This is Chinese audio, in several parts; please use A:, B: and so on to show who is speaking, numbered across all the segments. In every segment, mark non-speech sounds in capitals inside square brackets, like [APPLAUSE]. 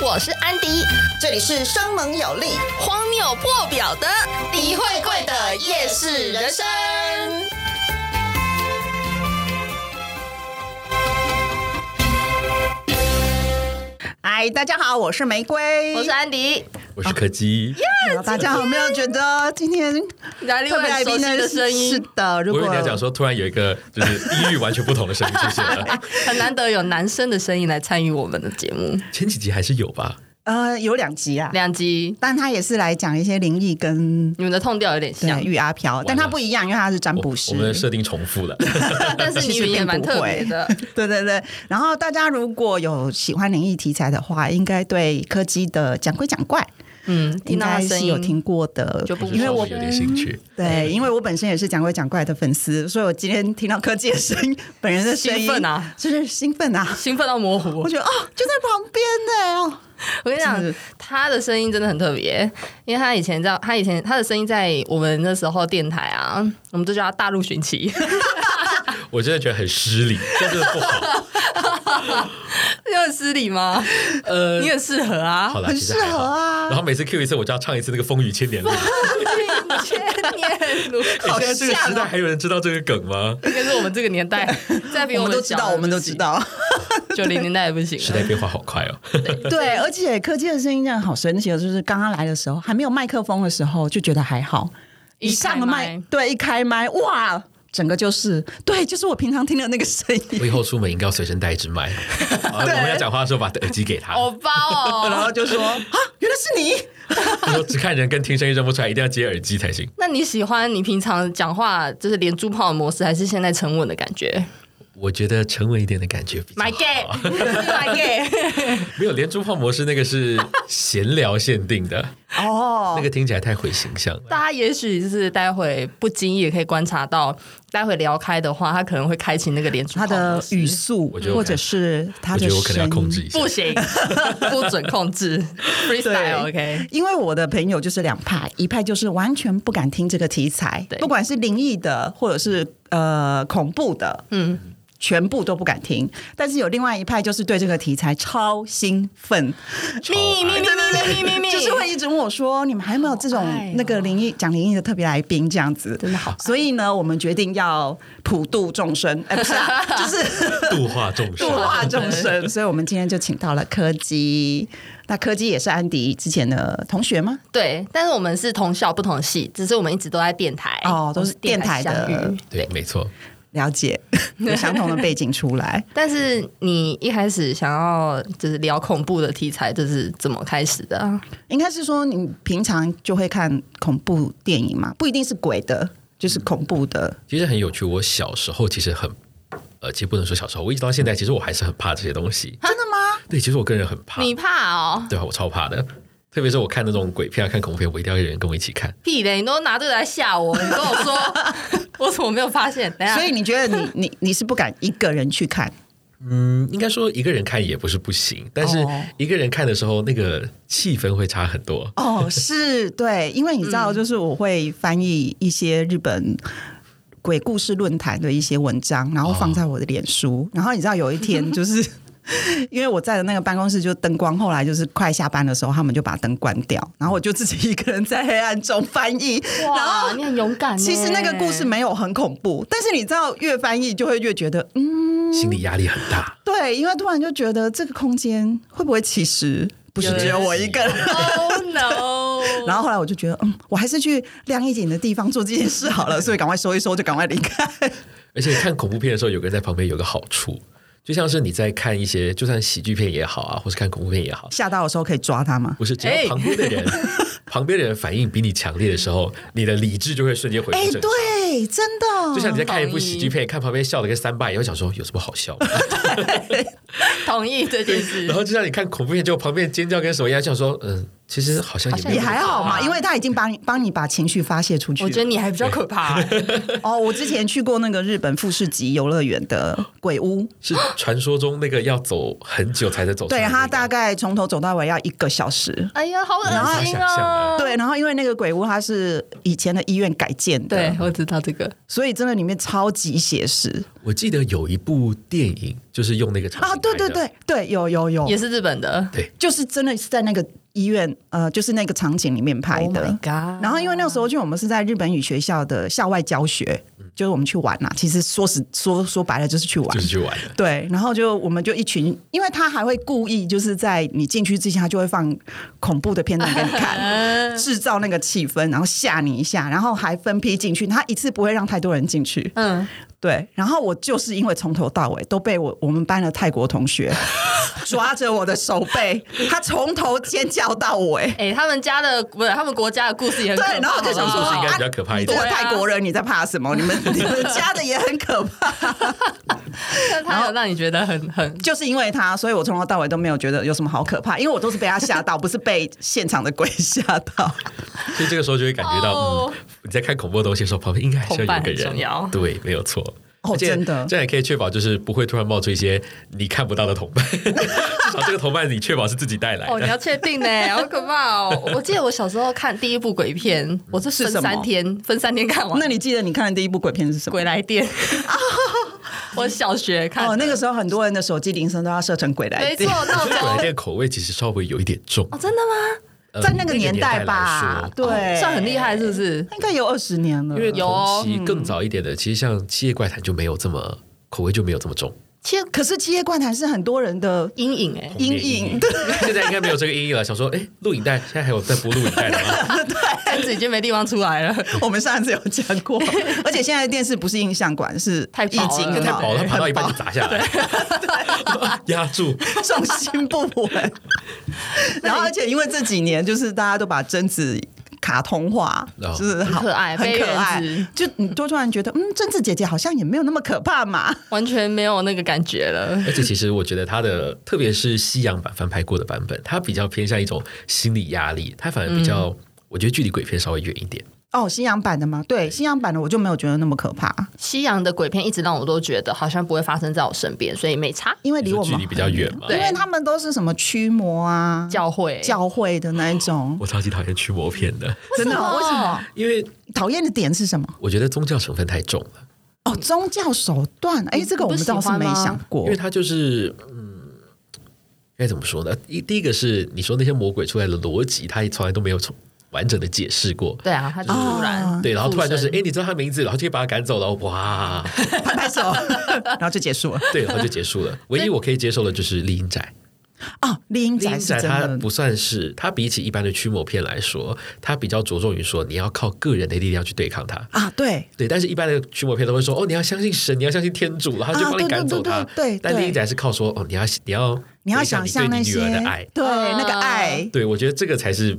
A: 我是安迪，
B: 这里是生猛有力、
A: 荒谬破表的李慧
B: 贵的夜市人生。哎，大家好，我是玫瑰，
A: 我是安迪，
C: 我是柯基，
B: 大家有没有觉得今天
A: 哪里
B: 特别来
A: 熟
B: 宾
A: 悉的声
B: 是
A: 音？
B: 的，如
C: 我
B: 果
C: 以为你要讲说，突然有一个就是音域完全不同的声音出现了。
B: [LAUGHS]
A: 很难得有男生的声音来参与我们的节目，
C: 前几集还是有吧？
B: 呃有两集啊，
A: 两集
B: 但他也是来讲一些灵异跟
A: 你们的痛调有点
B: 对
A: 像，
B: 玉阿飘，但他不一样，因为他是占
C: 我
B: 卜师
C: 我。们的设定重复了。
A: 但是你语言也蛮特别的。
B: [LAUGHS] 对对对，然后大家如果有喜欢灵异题材的话，应该对柯基的讲鬼讲怪
A: 嗯，
B: 应
A: 听到他
B: 该
A: 声
B: 是
A: 音
B: 有听过的
A: 就不，
B: [LAUGHS] 因为我
C: 还是稍微有点兴趣。
B: 对，因为我本身也是讲鬼讲怪的粉丝，所以我今天听到柯基的声音，本人的声音
A: 兴奋啊，
B: 就是兴奋啊！
A: 兴奋到模糊
B: 我。觉得哦，就在旁边呢、
A: [LAUGHS]
B: 哦，
A: 我跟你讲
B: 是，
A: 他的声音真的很特别，因为他以前在，他以前他的声音在我们那时候电台啊，我们就叫他大陆寻奇。
C: 我真的觉得很失礼，这真的不好。
A: [LAUGHS] 你很失礼吗？
C: 呃，
A: 你很适合啊 [LAUGHS]
C: 好，
B: [LAUGHS]
C: 了，
B: 很
C: 其实
B: 适
C: 还好
B: 合啊
C: 然后每次 Q 一次，我就要唱一次那个《风雨
B: [LAUGHS]
C: 千年路》
A: 千年如啊
C: 哎。现在这
B: 啊
C: 个时代还有人知道这个梗吗？
A: [LAUGHS] 应该是我们这个年代， [LAUGHS] 再比
B: 我
A: 们
B: 们都知道，我们都知，道。
A: 九零年代也不行
C: 时
A: 了 [LAUGHS]
C: 代变化好快哦。
B: [LAUGHS] 对，而且柯基的声音真的好神奇哦，就是刚刚来的时候还没有麦克风的时候就觉得还好，
A: 一开
B: 上了麦
A: 麦，
B: 对，一开麦，哇，整个就是对，就是我平常听的那个声音，
C: 我以后出门应该要随身带一支
B: [LAUGHS]
C: 麦。好我们要讲话的时候把耳机给他，
A: 偶包
B: 然
A: 哦。 [LAUGHS]
B: 后就说
C: [LAUGHS]
B: 啊，原来是你，
C: 我说只看人跟听声音认不出来，一定要接耳机才行。
A: 那你喜欢你平常讲话就是连珠炮的模式，还是现在沉稳的感
B: [LAUGHS]
A: 觉
C: 我觉得沉稳一点的感觉比较好。
A: ？My
B: 啊
A: [LAUGHS] gay，My gay， [LAUGHS]
C: 没有连珠炮模式那个
B: [LAUGHS]
C: 是闲聊限定的，
B: 哦
C: 那，个听起来太毁形象了。
A: 大家也许就是待会不经意也可以观察到，待会聊开的话，他可能会开启那个连珠炮
B: 他
A: 模
B: 的
A: 式
B: 语速
C: 我觉得我
B: 或者是他
C: 我觉
B: 的
C: 得我可能要控
B: 声
C: 制
B: 音。
C: 一下
B: [LAUGHS]
A: 不。行，不准控制 freestyle。OK，
B: 因为我的朋友就是两派，一派就是完全不敢听这个题材
A: 对，
B: 不管是灵异的或者是呃恐怖的，嗯，全部都不敢听。但是有另外一派就是对这个题材超兴奋，
A: 咪咪咪咪咪咪咪，
B: 就是会一直问我说：“你们还有没有这种
A: 好爱哦
B: 那个灵异讲灵异的特别来宾这样子？”
A: 真的好爱
B: 所以呢，我们决定要普度众生，哎、不是、
A: [LAUGHS]
B: 啊，就是
C: 度化众生
B: 度，化众生。所以我们今天就请到了柯基，那柯基也是安迪之前的同学吗？
A: 对，但是我们是同校不同系，只是我们一直都在电台
B: 哦都是电台的
A: 我们是相遇
C: 对，没错。
B: 了解， [LAUGHS] 有相同的背景出来。
A: 但是你一开始想要就是聊恐怖的题材，就是怎么开始的啊？
B: 应该是说你平常就会看恐怖电影嘛，不一定是鬼的，就是恐怖的。
C: 其实很有趣，我小时候其实很，呃，其实不能说小时候，我一直到现在，其实我还是很怕这些东西。
B: 真的吗？
C: 对，其实我个人很怕，
A: 你怕哦？
C: 对吧？我超怕的。特别是我看那种鬼片啊、看恐怖片，我一定要有人跟我一起看。
A: 屁嘞！你都拿这个来吓我，你跟我 [LAUGHS] 说，我怎么没有发现？等一下
B: 所以你觉得你你你是不敢一个人去看？
C: 嗯，应该说一个人看也不是不行，但是
B: 哦
C: 一个人看的时候，那个气氛会差很多。
B: 哦，是对，因为你知道，就是我会翻译一些日本。鬼故事论坛的一些文章，然后放在我的脸书。然后你知道有一天，就是 [LAUGHS] 因为我在的那个办公室就灯光，后来就是快下班的时候，他们就把灯关掉，然后我就自己一个人在黑暗中翻译。
A: 哦
B: 然后
A: 哇，你很勇敢。
B: 其实那个故事，没有很恐怖，但是你知道越翻译就会越觉得，嗯，
C: 心理压力很大。
B: 对，因为突然就觉得这个空间会不会其实不是
A: 有
B: 只有我一个人，
A: Oh
C: 哦
A: no！
B: 然后后来我就觉得，嗯，我还是去亮一点的地方做这件事好了，所以赶快收一收，就赶快离开。
C: 而且看恐怖片的时候，有个人在旁边有个好处，就像是你在看一些就算喜剧片也好啊，或是看恐怖片也好，
B: 吓到的时候可以抓他
C: [LAUGHS]
B: 吗？
C: 不是只要
A: 哎
C: 旁边的人、 [LAUGHS] 旁边的人反应比你强烈的时候，你的理智就会瞬间回
B: 哎、
C: 复正常。
B: 对，真的，
C: 就像你在看一部
A: 同意
C: 喜剧片，看旁边笑的跟三八一样，会想说有什么好笑
B: [LAUGHS]
C: 吗？
A: 同意这件事
C: 然。后就像你看恐怖片，就旁边尖叫跟什么一样，想说嗯，其实好像也
A: 好像
C: 没
B: 也
C: 有
B: 还好嘛，
A: 啊
B: 因为他已经帮你帮你把情绪发泄出去了。
A: 我觉得你还比较可怕、
B: 哦，我之前去过那个日本富士急游乐园的鬼屋，
C: 是传说中那个要走很久才能走出来
B: 对
C: 那个，
B: 他大概从头走到尾要一个小时。
A: [LAUGHS] 哎呀，好
C: 然后
A: 恶心
C: 想象
A: 啊！
C: 啊
B: 对，然后因为那个鬼屋它是以前的医院改建的，
A: 对，我知道这个。
B: 所以真的里面超级写实
C: 我记得有一部电影就是用那个场景
B: 啊！对
C: 拍
B: 对
C: 的，
B: 对对，有有有，
A: 也是日本的
B: 就是真的是在那个医院，呃，就是那个场景里面拍
A: Oh
B: 的。
A: my god！
B: 然后因为那个时候，就我们是在日本语学校的校外教学，就是我们去玩啦、啊其实说实说说白了就是去玩，
C: 就是去玩的。
B: 对，然后就我们就一群，因为他还会故意就是在你进去之前，他就会放恐怖的片段给你
A: [LAUGHS]
B: 看，制造那个气氛，然后吓你一下，然后还分批进去，他一次不会让太多人进去。
A: 嗯，
B: 对，然后我就是因为从头到尾都被我我们班的泰国同学 [LAUGHS] 抓着我的手背，他从头尖叫到尾。
A: 哎、他们家的不是他们国家的故事也很可怕
B: 对，然后我就想说，
A: 好不
C: 应
A: 好
C: 该
B: 啊
C: 比较可怕一
B: 你这
C: 点
B: 个
A: 对啊
B: 泰国人，你在怕什么？你们 [LAUGHS] 你们家的也很可怕。 [LAUGHS]
A: 但啊他有让你觉得很很
B: 就是因为他，所以我从头到尾都没有觉得有什么好可怕，因为我都是被他吓到，不是被现场的鬼 [LAUGHS] 吓到。
C: 所以这个时候就会感觉到，
A: 哦
C: 嗯，你在看恐怖的东西的时候，旁边应该还是要有一个
A: 同伴很重要
C: 人，对，没有错。
B: 哦
C: 而且
B: 真的
C: 这样也可以确保就是不会突然冒出一些你看不到的
B: [LAUGHS]
C: 同伴，至少这个同伴你确保是自己带来
A: 哦，你
C: 的。
A: 要确定呢、
B: [LAUGHS]
A: 好可怕哦！我记得我小时候看第一部鬼片，我是分
B: 嗯是什么
A: 三天分三天看完
B: 那。你记得你看的第一部鬼片是什么？
A: 鬼来电， [LAUGHS] 我小学看的
B: 哦，那个时候很多人的手机铃声都要设成鬼来
A: 没错
B: 电，，
A: 闹
C: 所
A: 钟
C: 以
B: [LAUGHS]
C: 鬼店口味其实稍微有一点重
A: 哦，，真的吗？
C: 呃
B: 在那个
C: 个
B: 年代
C: 代
B: 吧
C: 来，说
B: 对，
A: 算很厉，害是不是？
B: 应该有二十年了。
C: 因为
A: 有哦
C: 同期更早一点的，其实像《七夜怪谈》就没有这么口味就没有这么重，
B: 其实可是《七夜怪谈》是很多人的
A: 阴影哎、
B: 阴
C: 童年
B: 影，
C: 现在应该没有这个阴影了。想说，哎，录影带现在还有在播录影带的
B: [LAUGHS]
C: 吗？
A: [LAUGHS] 单子已经没地方出来了。
B: [LAUGHS] 我们上一次有讲 [LAUGHS] 过，而且现在的电视不是印象馆，是
A: 太
B: 易
A: 薄
B: 经
A: 了
B: 了，
A: 太
C: 哦，他爬到一半就砸下来， [LAUGHS] 压住。
B: 重心不 [LAUGHS] 稳。然后，而且因为这几年就是大家都把贞子。卡通化
C: 哦
B: 就是好
A: 很可爱
B: 很可
A: 被认
B: 爱
A: 知。
B: 就你就突然觉得，嗯，贞子姐姐好像也没有那么可怕嘛。
A: 完全没有那个感觉了。
C: 而且其实我觉得它的，特别是西洋版翻拍过的版本，它比较偏向一种心理压力，它反而比较，我觉得距离鬼片稍微远一点。
B: 哦，新洋版的吗？对，新洋版的我就没有觉得那么可怕，
A: 西洋的鬼片一直让我都觉得好像不会发生在我身边，所以没差。
B: 因为
C: 你
B: 离
C: 说
B: 我
C: 距
B: 们
C: 离比较远嘛。
A: 对
B: 因为他们都是什么驱魔啊、
A: 教会，
B: 教会的那一种，
C: 我超级讨厌驱魔片的，
B: 真的哦为什么？
C: 因为
B: 讨厌的点是什么？
C: 我觉得宗教成分太重了，
B: 哦，宗教手段，哎，这个我们倒是没想过
C: 因为。它就是嗯。该怎么说呢？一第一个是你说那些魔鬼出来的逻辑，他也从来都没有从完整的解释过。
A: 对啊，他就
B: 哦
A: 突然
C: 对，然后突然就是，
A: 附身
C: 哎，你知道他名字，然后就可以把他赶走了，哇，
B: [LAUGHS] 拍拍手，
C: [LAUGHS]
B: 然后就结束了。
C: 对，然后就结束了。唯一我可以接受的就是丽英仔，
B: 哦，丽英
C: 丽
B: 仔
C: 英
B: 是
C: 仔
B: 真
C: 它
B: 的
C: 不算是，它比起一般的驱魔片来说，它比较着重于说你要靠个人的力量去对抗它。
B: 啊，对，
C: 对，但是一般的驱魔片都会说，哦，你要相信神，你要相信天主，然后就帮
B: 啊对
C: 你赶走他。
B: 对对对对
C: 但
B: 对
C: 丽英仔是靠说，哦，你要你要
B: 你要
C: 回想
B: 想象
C: 你
B: 那
C: 对你
B: 些
C: 女儿的爱。
B: 对
A: 啊
B: 那个爱，
C: 对，我觉得这个才是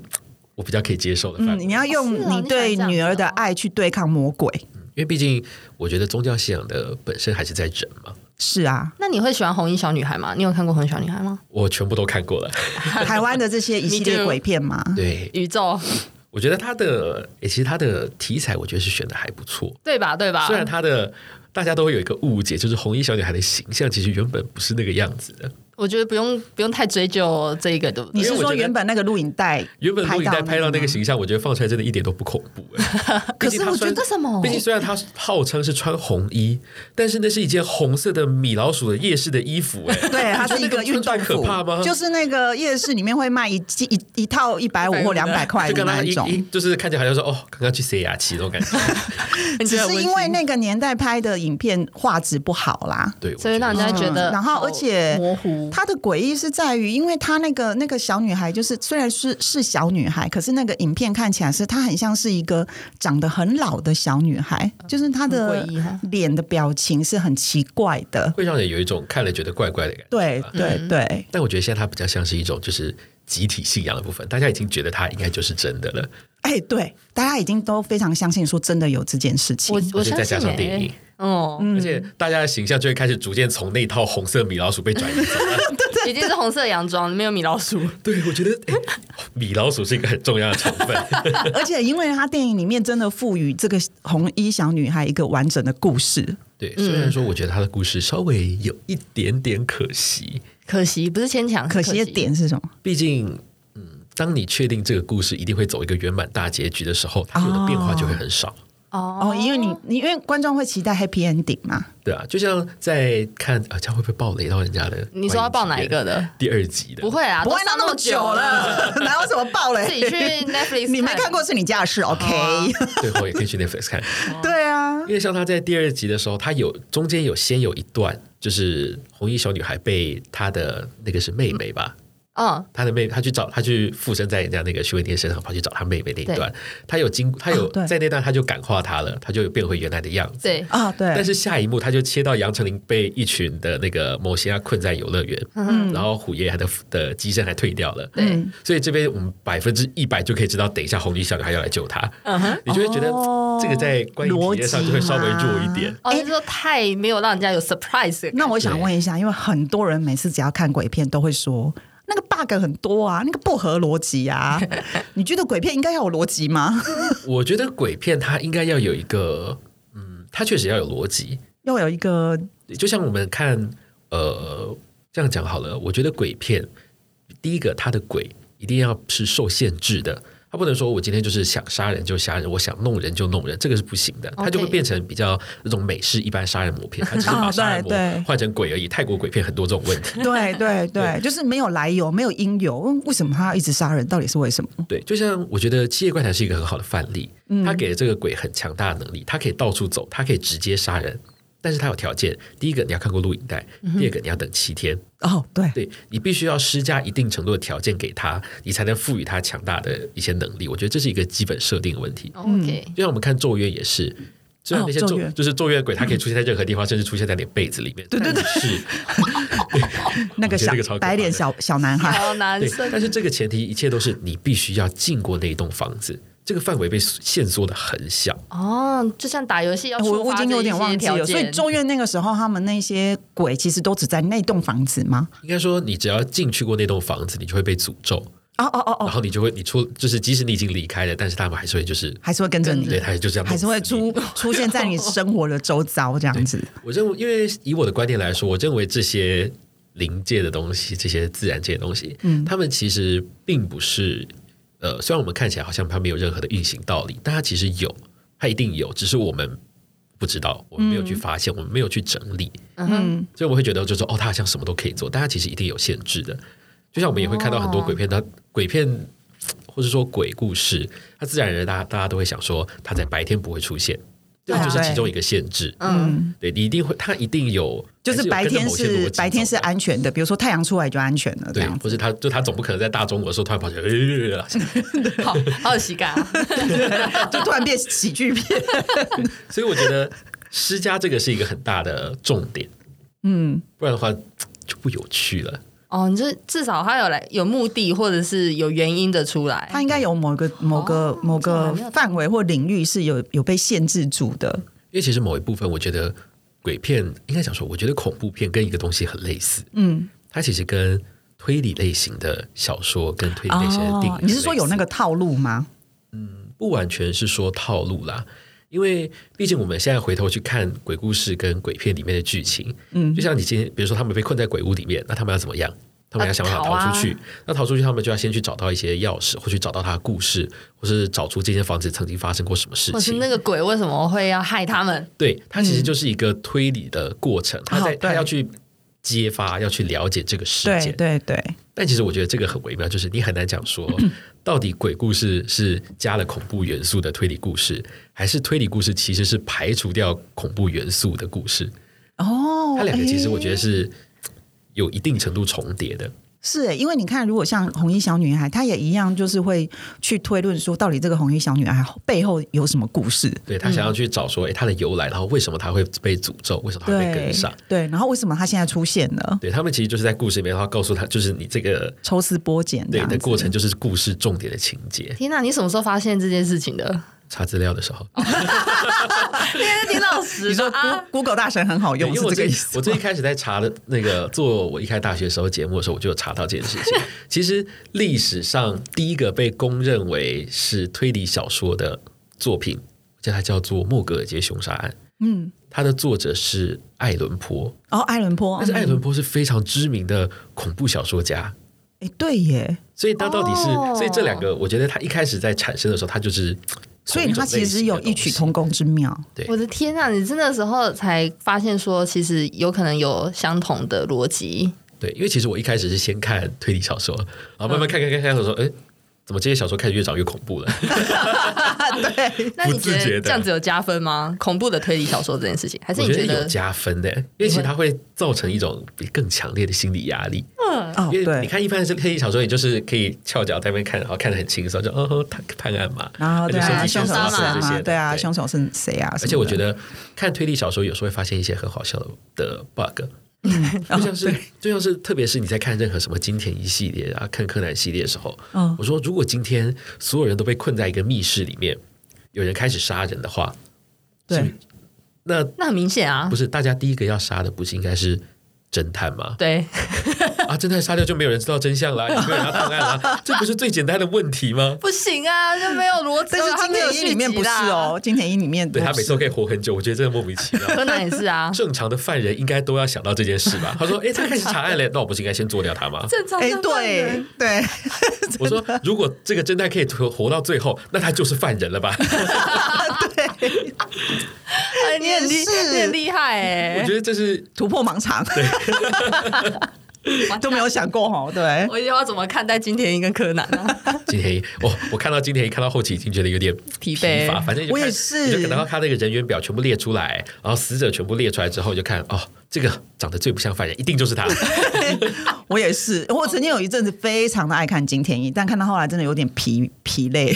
C: 我比较可以接受的
B: 嗯，
C: 范围，
B: 你要用
A: 哦是哦
B: 你对女儿的爱去对抗魔鬼。
C: 因为毕竟我觉得宗教信仰的本身还是在人嘛。
B: 是
C: [LAUGHS]
B: 啊，
A: 那你会喜欢红衣小女孩吗？你有看过红衣小女孩吗？
C: 我全部都看过了，
B: 啊台湾的这些一系
A: Me
B: 列
A: too
B: 鬼片嘛，
C: 对
A: 宇宙， [LAUGHS]
C: 我觉得它的，诶其实它的题材我觉得是选的还不错，
A: 对吧？对吧？
C: 虽然它的大家都会有一个误解，就是红衣小女孩的形象其实原本不是那个样子的。
A: 我觉得不用不用太追究这一个，对不
B: 你
A: 对？
C: 因
B: 是
C: 为我
B: 说
C: 觉得
B: 原本那个录影带，
C: 原本录影带拍到那个
B: 吗
C: 形象，我觉得放出来真的一点都不恐怖、哎
B: 可是
C: 毕竟她
B: 我
C: 虽然
A: 觉得什么
C: 毕竟虽然她号称是穿红衣，但是那是一件红色的米老鼠的夜市的衣服、哎，
B: [LAUGHS] 对，它是一
C: 个
B: 运动
C: 穿
B: 服
C: 可怕吗？，
B: 就是那个夜市里面会卖一季一一套一百五或两百块
C: 就
B: 的
C: 跟
B: 那
C: 他
B: 一
C: 一
B: 种。
C: 一就是看起来好像说哦，刚刚去塞牙期那种感觉，
A: 你
B: [LAUGHS]
A: 觉
B: 只
A: 得
B: 是
A: 温馨
B: 因为那个年代拍的影片画质不好啦，
C: 对，我
A: 所以
C: 觉得
A: 让人家觉得哦
B: 嗯然后
A: 好
B: 而且
A: 模糊，
B: 它的诡异是在于，因为它那个那个小女孩，就是虽然是是小女孩，可是那个影片看起来是她很像是一个长得很老的小女孩，就是她的
A: 嗯很诡异哈嗯
B: 脸的表情是很奇怪的。
C: 会让人有一种看了觉得怪怪的感觉。
B: 对对对，
C: 但我觉得现在它比较像是一种就是集体信仰的部分，大家已经觉得它应该就是真的了，
B: 哎对，大家已经都非常相信说真的有这件事情
A: 我。我
C: 而且
A: 相
C: 再
A: 信
C: 加上电
A: 欸
C: 影，
A: 哦，
C: 嗯而且大家的形象就会开始逐渐从那套红色米老鼠被转
B: [LAUGHS]
C: 移。
B: 对对
A: 已经是红色洋装，没有米老鼠。
C: [LAUGHS]
B: [LAUGHS]
C: 对，我觉得、哎米老鼠是一个很重要的成分。
B: 而且因为他电影里面真的赋予这个红衣小女孩一个完整的故事，
C: [LAUGHS] 对，虽然说我觉得他的故事稍微有一点点可惜，
A: 可惜不是牵强，是
B: 可惜的点是什么？
C: 毕竟，嗯，当你确定这个故事一定会走一个圆满大结局的时候，它有的变化就会很少，
A: 哦
B: 哦，因为你你因为观众会期待 happy ending 嘛，
C: 对啊，就像在看啊，这样会不会暴雷到人家的？
A: 你说要爆哪一个的？
C: 第二集的
A: 不会啊，
B: 不会
A: 都
B: 闹
A: 上
B: 那么久，了，
A: [LAUGHS]
B: 哪有什么爆雷？
A: 自己
B: [LAUGHS]
A: 去哦 Netflix
B: 你没看过是你家的事，OK？
C: 最后也可以去 Netflix 看，
A: 哦
B: [LAUGHS] 对啊，
C: 因为像他在第二集的时候，他有中间有先有一段，就是红衣小女孩被她的那个是妹妹吧，
A: 嗯，
C: 他的妹，他去找他去附身在人家那个徐伟天身上，跑去找他妹妹那一段，他有经，他有、
B: 哦对
C: 在那段他就感化他了，他就变回原来的样子。
A: 对，
B: 啊，
C: 但
B: 对，
C: 是下一幕，他就切到杨丞琳被一群的那个某些啊困在游乐园，然后虎爷还的的机身还退掉了，
B: 嗯
A: 对，
C: 嗯所以这边我们百分之一百就可以知道，等一下红衣小女孩要来救他，
A: 嗯哼。
C: 你就会觉得
B: 哦
C: 这个在观影体验上就会稍微弱
B: 逻
C: 一点
B: 辑嘛。
A: 哦，就是说太没有让人家有 surprise 的感觉。
B: 那我想问一下，因为很多人每次只要看鬼片都会说。那个 bug 很多啊，那个不合逻辑
A: [LAUGHS]
B: 啊。你觉得鬼片应该要有逻辑吗？ [LAUGHS]
C: 我觉得鬼片它应该要有一个，嗯，它确实要有逻辑，
B: 要有一
A: [LAUGHS]
B: 个
C: 就像我们看，呃，这样讲好了，我觉得鬼片第一个，它的鬼一定要是受限制的，它不能说我今天就是想杀人就杀人，我想弄人就弄人，这个是不行的，它就会
A: OK
C: 变成比较那种美式一般杀人魔片，它只是把
B: 啊
C: 杀人
B: 对对
C: 魔换成鬼而已。泰国鬼片很多这种问题，
B: 对对对，就是没有来由，没有因由，为什么他要一直杀人？到底是为什么？
C: 对，就像我觉得《七夜怪谈》是一个很好的范例，它给了这个鬼很强大的能力，它可以到处走，它可以直接杀人。但是它有条件，第一个你要看过录影带，第二个你要等七天，
B: 哦，对，
C: 对你必须要施加一定程度的条件给他，你才能赋予他强大的一些能力。我觉得这是一个基本设定的问题。
A: 哦 OK，
B: 嗯
C: 就像我们看《咒怨》也是，虽然那些
B: 哦
C: 咒、
B: 咒怨
C: 就是咒怨鬼，它可以出现在任何地方，甚至出现在你的被子里面。对对对，是 [LAUGHS]
B: 那个
C: 我觉得
B: 小
C: 这个超可怕的
B: 白脸小小男孩，
A: 好男
C: 对。
A: 生
C: 但是这个前提，一切都是你必须要进过那一栋房子，这个范围被限缩的很小。
A: 哦，就像打游戏要
B: 哎我
A: 触
B: 我已
A: 发
B: 经有点
A: 这一些
B: 忘记
A: 条
B: 了。所以
A: 件
B: 咒怨那个时候，他们那些鬼其实都只在那栋房子吗？
C: 应该说，你只要进去过那栋房子，你就会被诅咒，
B: 哦哦哦哦，
C: 然后你就会你出就是，即使你已经离开了，但是他们还是会就是。
B: 还是会跟着你
C: 对，，他也就这样弄
B: 还是
C: 死你，
B: 会出出现在你生活的周遭这样子。
C: 我认为，因为以我的观点来说，我认为这些灵界的东西，这些自然界的东西，嗯，他们其实并不是呃，虽然我们看起来好像它没有任何的运行道理，但它其实有，它一定有，只是我们不知道，我们没有去发现，我们没有去整理，
B: 嗯，
C: 所以我会觉得就是说，哦，它好像什么都可以做，但它其实一定有限制的。就像我们也会看到很多鬼片，它、鬼片或是说鬼故事，它自然而然大家大家都会想说，它在白天不会出现，这
A: 对啊
C: 就是其中一个限制。
A: 嗯，
C: 对你一定会，它一定有，
B: 就是白天
C: 还有跟着某些
B: 是
C: 逻辑走
B: 白天是安全的，比如说太阳出来就安全了这
C: 对
B: 样，子。
C: 或是他就他总不可能在大中午的时候突然跑起来，呃
B: 嗯
A: 好好有喜
B: [LAUGHS]
A: 感啊，
B: 就突然变喜剧片。
C: 所以我觉得施加这个是一个很大的重点，
B: 嗯，
C: 不然的话就不有趣了。
A: 哦，你就至少他有来有目的或者是有原因的出来
B: 它，应该有某个某个某个范围或领域是有有被限制住的。
C: 因为其实某一部分，我觉得鬼片应该讲说，我觉得恐怖片跟一个东西很类似，
B: 嗯，
C: 它其实跟推理类型的小说跟推理类型的电影、
B: 哦你是说有那个套路吗？
C: 不完全是说套路啦，因为毕竟我们现在回头去看鬼故事跟鬼片里面的剧情，嗯，就像你今天，比如说他们被困在鬼屋里面，那他们要怎么样？他们要想办法
A: 要逃啊
C: 逃出去。那逃出去，他们就要先去找到一些钥匙，或去找到他的故事，或是找出这间房子曾经发生过什么事
A: 或是
C: 情。
A: 那个鬼为什么会要害他们？
C: 对，它其实就是一个推理的过程，他
B: 嗯
C: 在
B: 哦对
C: 他要去揭发，要去了解这个事
B: 对
C: 件。
B: 对对，
C: 但其实我觉得这个很微妙，就是你很难讲
B: [CLEARS THROAT]
C: 说到底鬼故事是加了恐怖元素的推理故事，还是推理故事其实是排除掉恐怖元素的故事。
B: 哦，
C: 它两个其实我
B: 诶
C: 觉得是有一定程度重叠的。
B: 是欸耶，因为你看，如果像红衣小女孩，她也一样，就是会去推论说，到底这个红衣小女孩背后有什么故事？
C: 对他
B: 嗯
C: 想要去找说，诶，它的由来，然后为什么他会被诅咒，为什么他会被
B: 对
C: 跟上？
B: 对，然后为什么她现在出现了？
C: 对他们其实就是在故事里面，然后告诉他，就是你这个
B: 抽丝剥茧这
C: 对
B: 样
C: 的
B: 子
C: 过程，就是故事重点的情节。
A: 天哪，你什么时候发现这件事情的？
B: 哦
C: 查资料的时候，
A: 你也是挺老实
B: [LAUGHS]
A: 知 [LAUGHS]
B: 你
A: 道
B: 说
A: 啊
B: Go-，Google 大神很好
C: 对
B: 用
C: 因为
B: 是
C: 我
B: 这个
C: 最
B: 意思
C: 我
B: 吗？ [LAUGHS]
C: 最一开始在查的那个做我一开始大学时候节目的时候，我就有查到这件事
B: [LAUGHS]
C: 情。其实历史上第一个被公认为是推理小说的作品，叫它叫做《莫格尔街凶杀案》。
B: 嗯，
C: 它的作者是爱伦坡，
B: 哦，艾伦坡，
C: 但是艾伦坡是非常知名的恐怖小说家，
B: 哎，对耶，
C: 所以他到底是，
A: 哦
C: 所以这两个，我觉得他一开始在产生的时候，他就是
B: 所
C: 同
B: 以
C: 一种
B: 它其
C: 类型
B: 实
C: 的
B: 有
C: 东
B: 异曲
C: 西
B: 同工之
C: [LAUGHS]
B: 妙。
C: 对
A: 我的天啊！你真的时候才发现说，其实有可能有相同的逻辑。
C: 对，因为其实我一开始是先看推理小说，然后慢
B: 嗯
C: 慢看看看看，我说，哎、怎么这些小说开始越长越恐怖了？
B: 对，
A: 那你觉
C: 不自觉
A: 得
C: 的
A: 这样子有加分吗？恐怖的推理小说这件事情，还是
C: 我
A: 你
C: 觉得
A: 得
C: 有加分的，因为其实它会造成一种比更强烈的心理压力。
A: 嗯
B: 哦，
C: 因为你
B: 对，
C: 看一般是推理小说，你就是可以翘脚在那边看，然后看得很轻松，就哦哦探判案嘛，
B: 然后对
C: 那就
B: 啊，
C: 收集
B: 凶
C: 线
B: 手
A: 杀
C: 索
B: 是谁
A: 嘛
C: 啊这些
B: 啊？
C: 的
B: 对啊，
C: 对
B: 凶手是谁啊？
C: 而且我觉
B: 得，
C: 得看推理小说有时候会发现一些很好笑的的 bug，就
B: 嗯哦
C: 像是、就像是特别是你在看任何什么金田一系列啊、看柯南系列的时候，
B: 嗯
C: 我说如果今天所有人都被困在一个密室里面，有人开始杀人的话，
B: 对，
C: 那
A: 那很明显啊
C: 不，是大家第一个要杀的不是应该是侦探
A: [LAUGHS]
C: 吗？
A: 对，
C: 啊，侦探杀掉就没有人知道真相啦，也没有人要探案啦，这不是最简单的问题吗？
A: 不行啊，就没有逻辑。
B: 但是
A: 他
B: 金
A: 没有
B: 田一里面
A: 续
B: 不
A: 集
B: 是
A: 啦，
B: 哦，金田一里面
C: 对他
B: 不
C: 每
B: 是
C: 次都可以活很久，我觉得真的莫名
A: [LAUGHS]
C: 其妙。
A: 柯南也是啊，
C: 正常的犯人应该都要想到这件事吧？
A: [LAUGHS]
C: 他说：“哎、他开始查案了，那我不是应该先做掉他吗
A: 正常
B: 哎
A: [LAUGHS] 的，犯
B: 对
A: 人。
B: 对，？”
C: 我说：“如果这个侦探可以活活到最后，那他就是犯人了吧？”
A: 哎，你很厉，
B: 也是
A: 你很厉害
C: 我
A: [LAUGHS] 哎
C: 觉，得这是
B: 突破盲肠
A: 完
B: [LAUGHS]
A: 蛋
B: 都没有想过哦，对，
A: 我以后要怎么看待金田一跟柯南啊？
C: 金田一。哦，我看到金田一看到后期已经觉得有点
A: [LAUGHS] 疲惫
C: 疲乏，反正就
B: 我
C: 看
B: 也是
C: 你就等到他那个人员表全部列出来，然后哦死者全部列出来之后，就看哦，这个长得最不像犯人，一定 [LAUGHS] 就是他。
B: 我也是，我曾经有一阵子非常的爱看金田一，但看到后来真的有点疲疲累，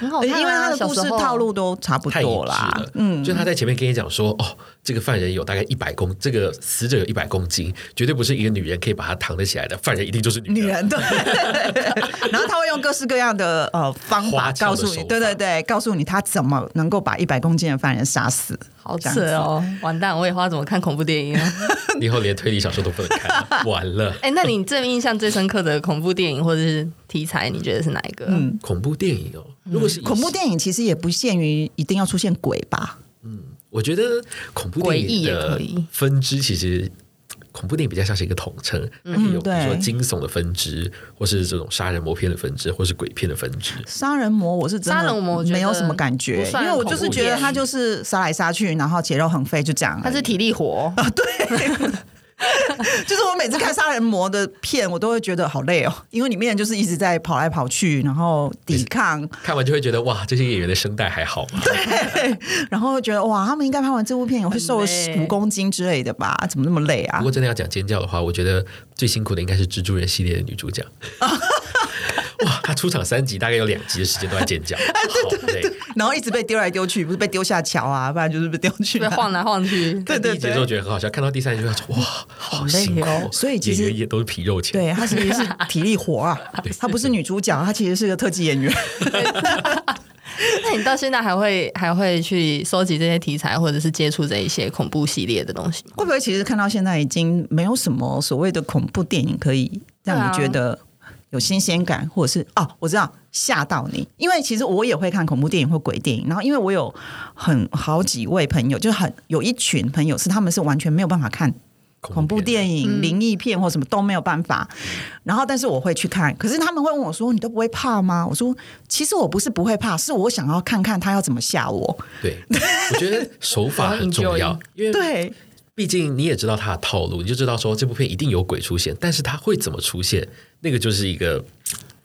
A: 很好
B: 因
A: 看啊，
B: 为他的
A: 小
B: 故
A: 时
B: 事
A: 候
B: 套路都差不
C: 太一致
B: 多啦
C: 了。，嗯，就他在前面跟你讲说，哦，这个犯人有大概一百公，这个死者有一百公斤，绝对不是一个女人可以把他扛得起来的，犯人一定就是女人。
B: 女人
C: [LAUGHS]
B: 对，然后他会用各式各样的呃方
C: 花
B: 法
C: 俏的
B: 告诉
C: 手
B: 你，
C: 法
B: 对对对，告诉你他怎么能够把一百公斤的犯人杀死。
A: 好
B: 这
A: 扯
B: 样子
A: 哦，完蛋，我以后要怎么看恐怖电
B: [LAUGHS]
A: 影啊？
C: 你以后连推理小说都不能 [LAUGHS] 看了，完了。
A: 哎，那你最印象最深刻的恐怖电影或者是题材，你觉得是哪一个？嗯，
C: 恐怖电影哦，如果是以
B: 恐怖电影其实也不限于一定要出现鬼吧？
C: 我觉得恐怖电
A: 诡异
C: 影
A: 也
C: 的
A: 可以
C: 分支其实。恐怖电影比较像是一个统称，
B: 嗯
C: 它可以有比如说
B: 对
C: 惊悚的分支，或是这种杀人魔片的分支，或是鬼片的分支。
B: 杀人魔我是真的
A: 杀人魔我觉得
B: 没有什么感觉，
A: 不
B: 因
A: 算
B: 为我就是觉得他就是杀来杀去，然后血肉横飞就这样而已。
A: 它是体力活，
B: 就是我每次看杀人魔的片，我都会觉得好累哦， [LAUGHS] 因为里面就是一直在跑来跑去，然后抵
A: [LAUGHS]
B: 抗，
C: 看完就会觉得哇，这些演员的声带还好啊
B: [LAUGHS]
C: 吗？
B: 然后会觉得哇，他们应该拍完这部片也会瘦
A: 很累
B: 五公斤之类的吧？怎么那么累啊
C: 不？过真的要讲尖叫的话，我觉得最辛苦的应该是蜘蛛人系列的女
B: [LAUGHS]
C: 主角。哇，她出场三集，大概有两集的时间都在
B: [LAUGHS]
C: 尖叫，好累。
B: 然后一直被丢来丢去，不是被丢下桥
A: [LAUGHS]
B: 啊，不然就是被丢去、
A: 被
B: 啊。
A: 晃来晃去。
B: [LAUGHS] 对
C: 第
B: 对
C: 一集的时候
B: 对，
C: 觉得很好笑，看到第三集就说哇，好
A: 累
C: 辛苦哦
A: 哦，
B: 所以其实
C: 演员也都是皮肉钱。
B: 对她其实是体力活
A: [LAUGHS]
B: 啊，她不是女主角，她其实是个特技演员。
A: 那你到现在还会还会去收集这些题材，或者是接触这一些恐怖系列的东西吗？
B: 会不会其实看到现在已经没有什么所谓的恐怖电影可以让你觉
C: 啊
B: 得有新鲜感，或者是哦，我知道吓到你。因为其实我也会看恐怖电影或鬼电影，然后因为我有很好几位朋友，就很有一群朋友是他们是完全没有办法看恐怖
C: 影
B: 电影、灵异片或什么都没有办法。然后，但是我会去看。可是他们会问我说：“你都不会怕吗？”我说：“其实我不是不会怕，是我想要看看他要怎么吓我。
C: 对，我觉得手法很
B: [LAUGHS]
C: 重要
A: enjoy，
C: 因”为
B: 对，
C: 毕竟你也知道它的套路，你就知道说这部片一定有鬼出现，但是它会怎么出现，那个就是一个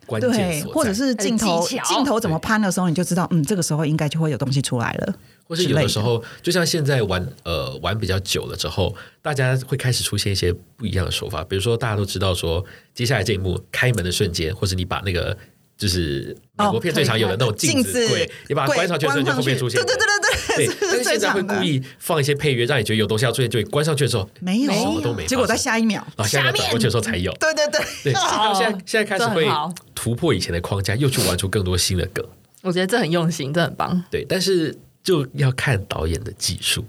C: 关键
B: 对，
C: 所在，
B: 或者是镜头
A: 技巧
B: 镜头怎么拍的时候，你就知道，嗯，这个时候应该就会有东西出来了。
C: 或是有的时候，就像现在玩呃玩比较久了之后，大家会开始出现一些不一样的手法，比如说大家都知道说，接下来这一幕开门的瞬间，或是你把那个。就是美国片最常有的那种
B: 哦镜
C: 子柜，你把它
B: 柜
C: 关上去的瞬间，
B: 关
C: 后面出现
B: 对对对对
C: 对，
B: 对，
C: 但是现
B: 最
C: 在会
B: 常
C: 故
B: 的。
C: 意放一些配乐，让你觉得有东西要出现，就你关上去的时候，
B: 没有，
C: 什么都没发生，
B: 结果在下一秒，
C: 然后下一秒转过去的时候才有。
B: 对对对，
C: 对，他们现在现在开始
A: 哦
C: 会
A: 这很好
C: 突破以前的框架，又去玩出更多新的梗。
A: 我觉得这很用心，这很棒。
C: 对，但是就要看导演的技术。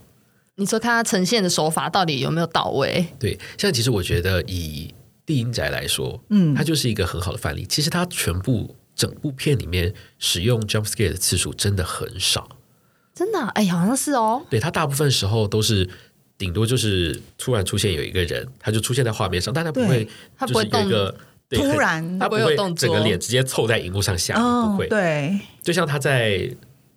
A: 你说看它呈现的手法到底有没有到位？
C: 对，像其实我觉得以地音宅来说，嗯，它就是一个很好的范例。其实它全部整部片里面使用 jump scare 的次数真的很少，
A: 真的啊、哎、好像是哦。
C: 对，它大部分时候都是。顶多就是突然出现有一个人，他就出现在画面上，但他不会
B: 对，
A: 他不
C: 就
A: 会
C: 是有一个对
B: 突然
C: 他
A: 他不
C: 不
A: 会
C: 会
A: 有动作
C: 整个脸直接凑在荧幕上吓你，
B: 哦
C: 不会。
B: 对，
C: 就像他在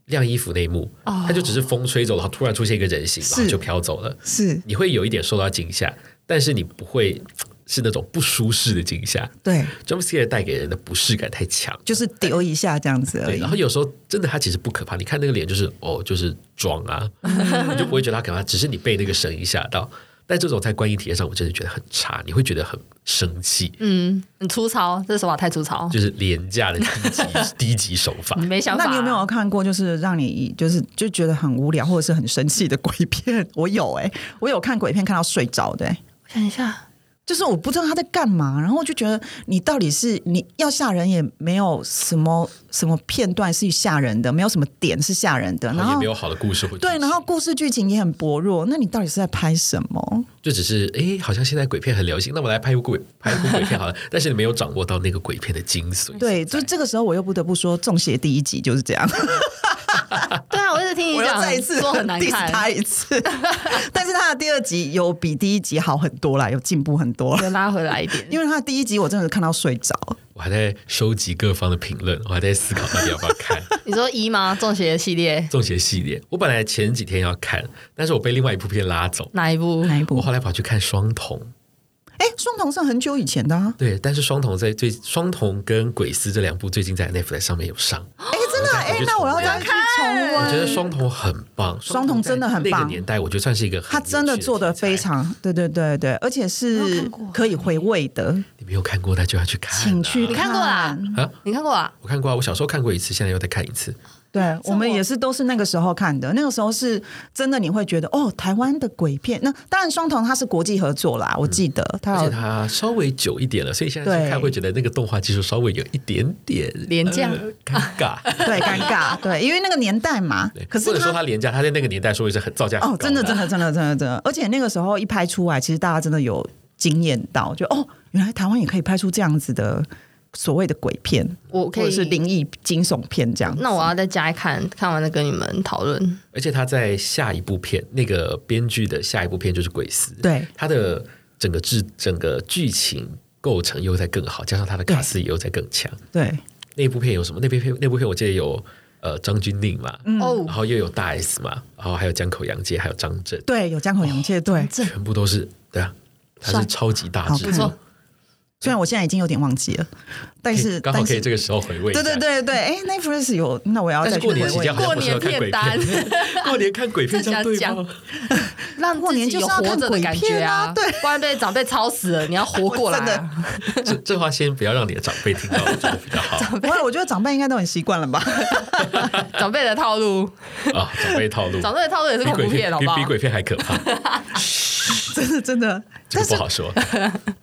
C: 晾衣服那一幕，他就只是风吹走了，然后突然出现一个人形，然后
B: 哦是
C: 就飘走了，
B: 是，
C: 你会有一点受到惊吓，但是你不会是那种不舒适的惊吓。
B: 对，
C: jump scare 带给人的不适感太强，
B: 就是丢一下这样子而
C: 对，
B: 已
C: 然。后有时候真的他其实不可怕，你看那个脸就是哦，就是装
B: [LAUGHS]
C: 啊，你就不会觉得他可怕，只是你被那个声音吓到。但这种在观影体验上，我真的觉得很差，你会觉得很生气，
A: 嗯，很粗糙，这手法太粗糙，
C: 就是廉价的低级低级手法
A: 你。没想法。
B: 那你有没有看过，就是让你就是就觉得很无聊或者是很生气的鬼片？我有哎、我有看鬼片看到睡着的、欸，
A: 看一下？
B: 就是我不知道他在干嘛，然后我就觉得你到底是你要吓人也没有什么什么片段是吓人的，没有什么点是吓人的， [LAUGHS] 然
C: 哦然后也
B: 后
C: 没有好的故事或剧
B: 对，
C: 情
B: 然后故事剧情也很薄弱，那你到底是在拍什么？
C: 就只是哎，好像现在鬼片很流行，那我来拍一部鬼拍一部鬼片好了。 [LAUGHS] 但是你没有掌握到那个鬼片的精髓。
B: 对，就这个时候我又不得不说，《中邪》第一集就是这样，
A: 对啊，我一直听你
B: 我要
A: 讲，
B: 再一次
A: 说很难
B: diss
A: 看，
B: 他一次， [LAUGHS] 但是他的第二集有比第一集好很多啦，有进步很多啦。
A: 就拉回来一点。
B: [LAUGHS] 因为他的第一集我真的是看到睡着，
C: 我还在收集各方的评论，我还在思考到底要不要
B: [LAUGHS]
C: 看。
A: 你说一吗？中邪系列
C: 中邪系列，我本来前几天要看，但是我被另外一部片拉走，
A: 哪
B: [LAUGHS]
A: 一部？
B: 哪一
C: 我
B: 部？
C: 后来跑去看《双瞳》。
B: 哎，双瞳是很久以前的、啊，
C: 对，但是双瞳在最双瞳跟鬼丝这两部最近在 Netflix 上面有上，
B: 哎，真的啊，
C: 我
B: 哎
C: 去，
B: 那我要
C: 重
B: 再
C: 温
B: 去重
C: 我
B: 温。
C: 觉得双瞳很棒，
B: 双瞳
C: 在
B: 真的很
C: 那
B: 棒
C: 个年代我觉得算是一个很
B: 他真的
C: 有趣
B: 做的
C: 题材
B: 非，常，对对对对，而且是可以回味的，
C: 你没有看过那就要去看啊、
B: 请去
A: 你看过啦？
C: 啊！
A: 你看过啊？
C: 我看过啊，我小时候看过一次，现在又再看一次。
B: 对我们也是都是那个时候看的，那个时候是真的，你会觉得哦，台湾的鬼片。那当然，双瞳它是国际合作啦，我记得它
C: 嗯而且
B: 有
C: 它稍微久一点了，所以现在去
B: 哦对
C: 看会觉得那个动画技术稍微有一点点
A: 廉价
C: 呃尴
B: [LAUGHS]
C: 尬。
B: 对尴
C: [LAUGHS]
B: 尬，对，因为那个年代嘛
C: 对。
B: 可是
C: 或者
B: 它
C: 说它廉价，它在那个年代说也是很造价很
B: 哦，
C: 高
B: 真的，真
C: 的
B: 的，真的，真的，真的，而且那个时候一拍出来，其实大家真的有惊艳到，就哦，原来台湾也可以拍出这样子的所谓的鬼片，
A: 我
B: 或
A: 可
B: 者
A: 以
B: 是灵异惊悚片这样子。
A: 那我要在家看看完了跟你们讨论。
C: 而且他在下一部片，那个编剧的下一部片就是《鬼丝》，
B: 对
C: 他的整个制整个剧情构成又在更好，加上他的卡斯也又在更强。
B: 对
C: 那部片有什么？那部片那部片我记得有呃张钧甯嘛，
B: 嗯
A: 哦
C: 然，后又有大 S 嘛，然后还有江口洋介，还有张震，
B: 对，有江口洋介，对，
A: 这
C: 全部都是对啊，他是
A: 帅
C: 超级大
B: 好
C: 制
B: 看
C: 作，
B: 虽然我现在已经有点忘记了，但
C: 可
B: 是
C: 以刚好
B: 但
C: 可
B: 是
C: 以这个时候回味一下。
B: 对对对对，哎，Netflix 有，那我要
C: 但
B: 再
C: 是
B: 去
C: 过
B: 回
C: 年期间
B: 味。
C: 好像不适合看鬼片，
A: 过
C: [LAUGHS] 过年看鬼片这样
B: [LAUGHS]
C: 对
A: 这样
C: 吗？
A: 让
B: 过
A: 自
B: 年
A: 己
B: 就
A: 有
B: 是要
A: 活
B: 看
A: 着的
B: 鬼
A: 感觉
B: 片啊对
A: 不然被长辈操死了，你要活过
B: [LAUGHS]
A: 来
B: 我真
A: 啊、
B: 的
C: 这这话先不要让你的长辈听到，我觉得比较好
B: 不会，我觉得 [LAUGHS] 长辈应该都很习惯了
C: [LAUGHS]
B: 吧？
A: 长辈的套路，
C: 啊，长辈套路。
A: 长辈的套路也是
C: 比
A: 恐
B: [LAUGHS]
C: 鬼
A: 怖片，好
C: 比
A: 不好
C: 比？鬼片还可怕，
B: 真的真的，
C: 这
B: 但
C: 个
B: 是
C: 不好说。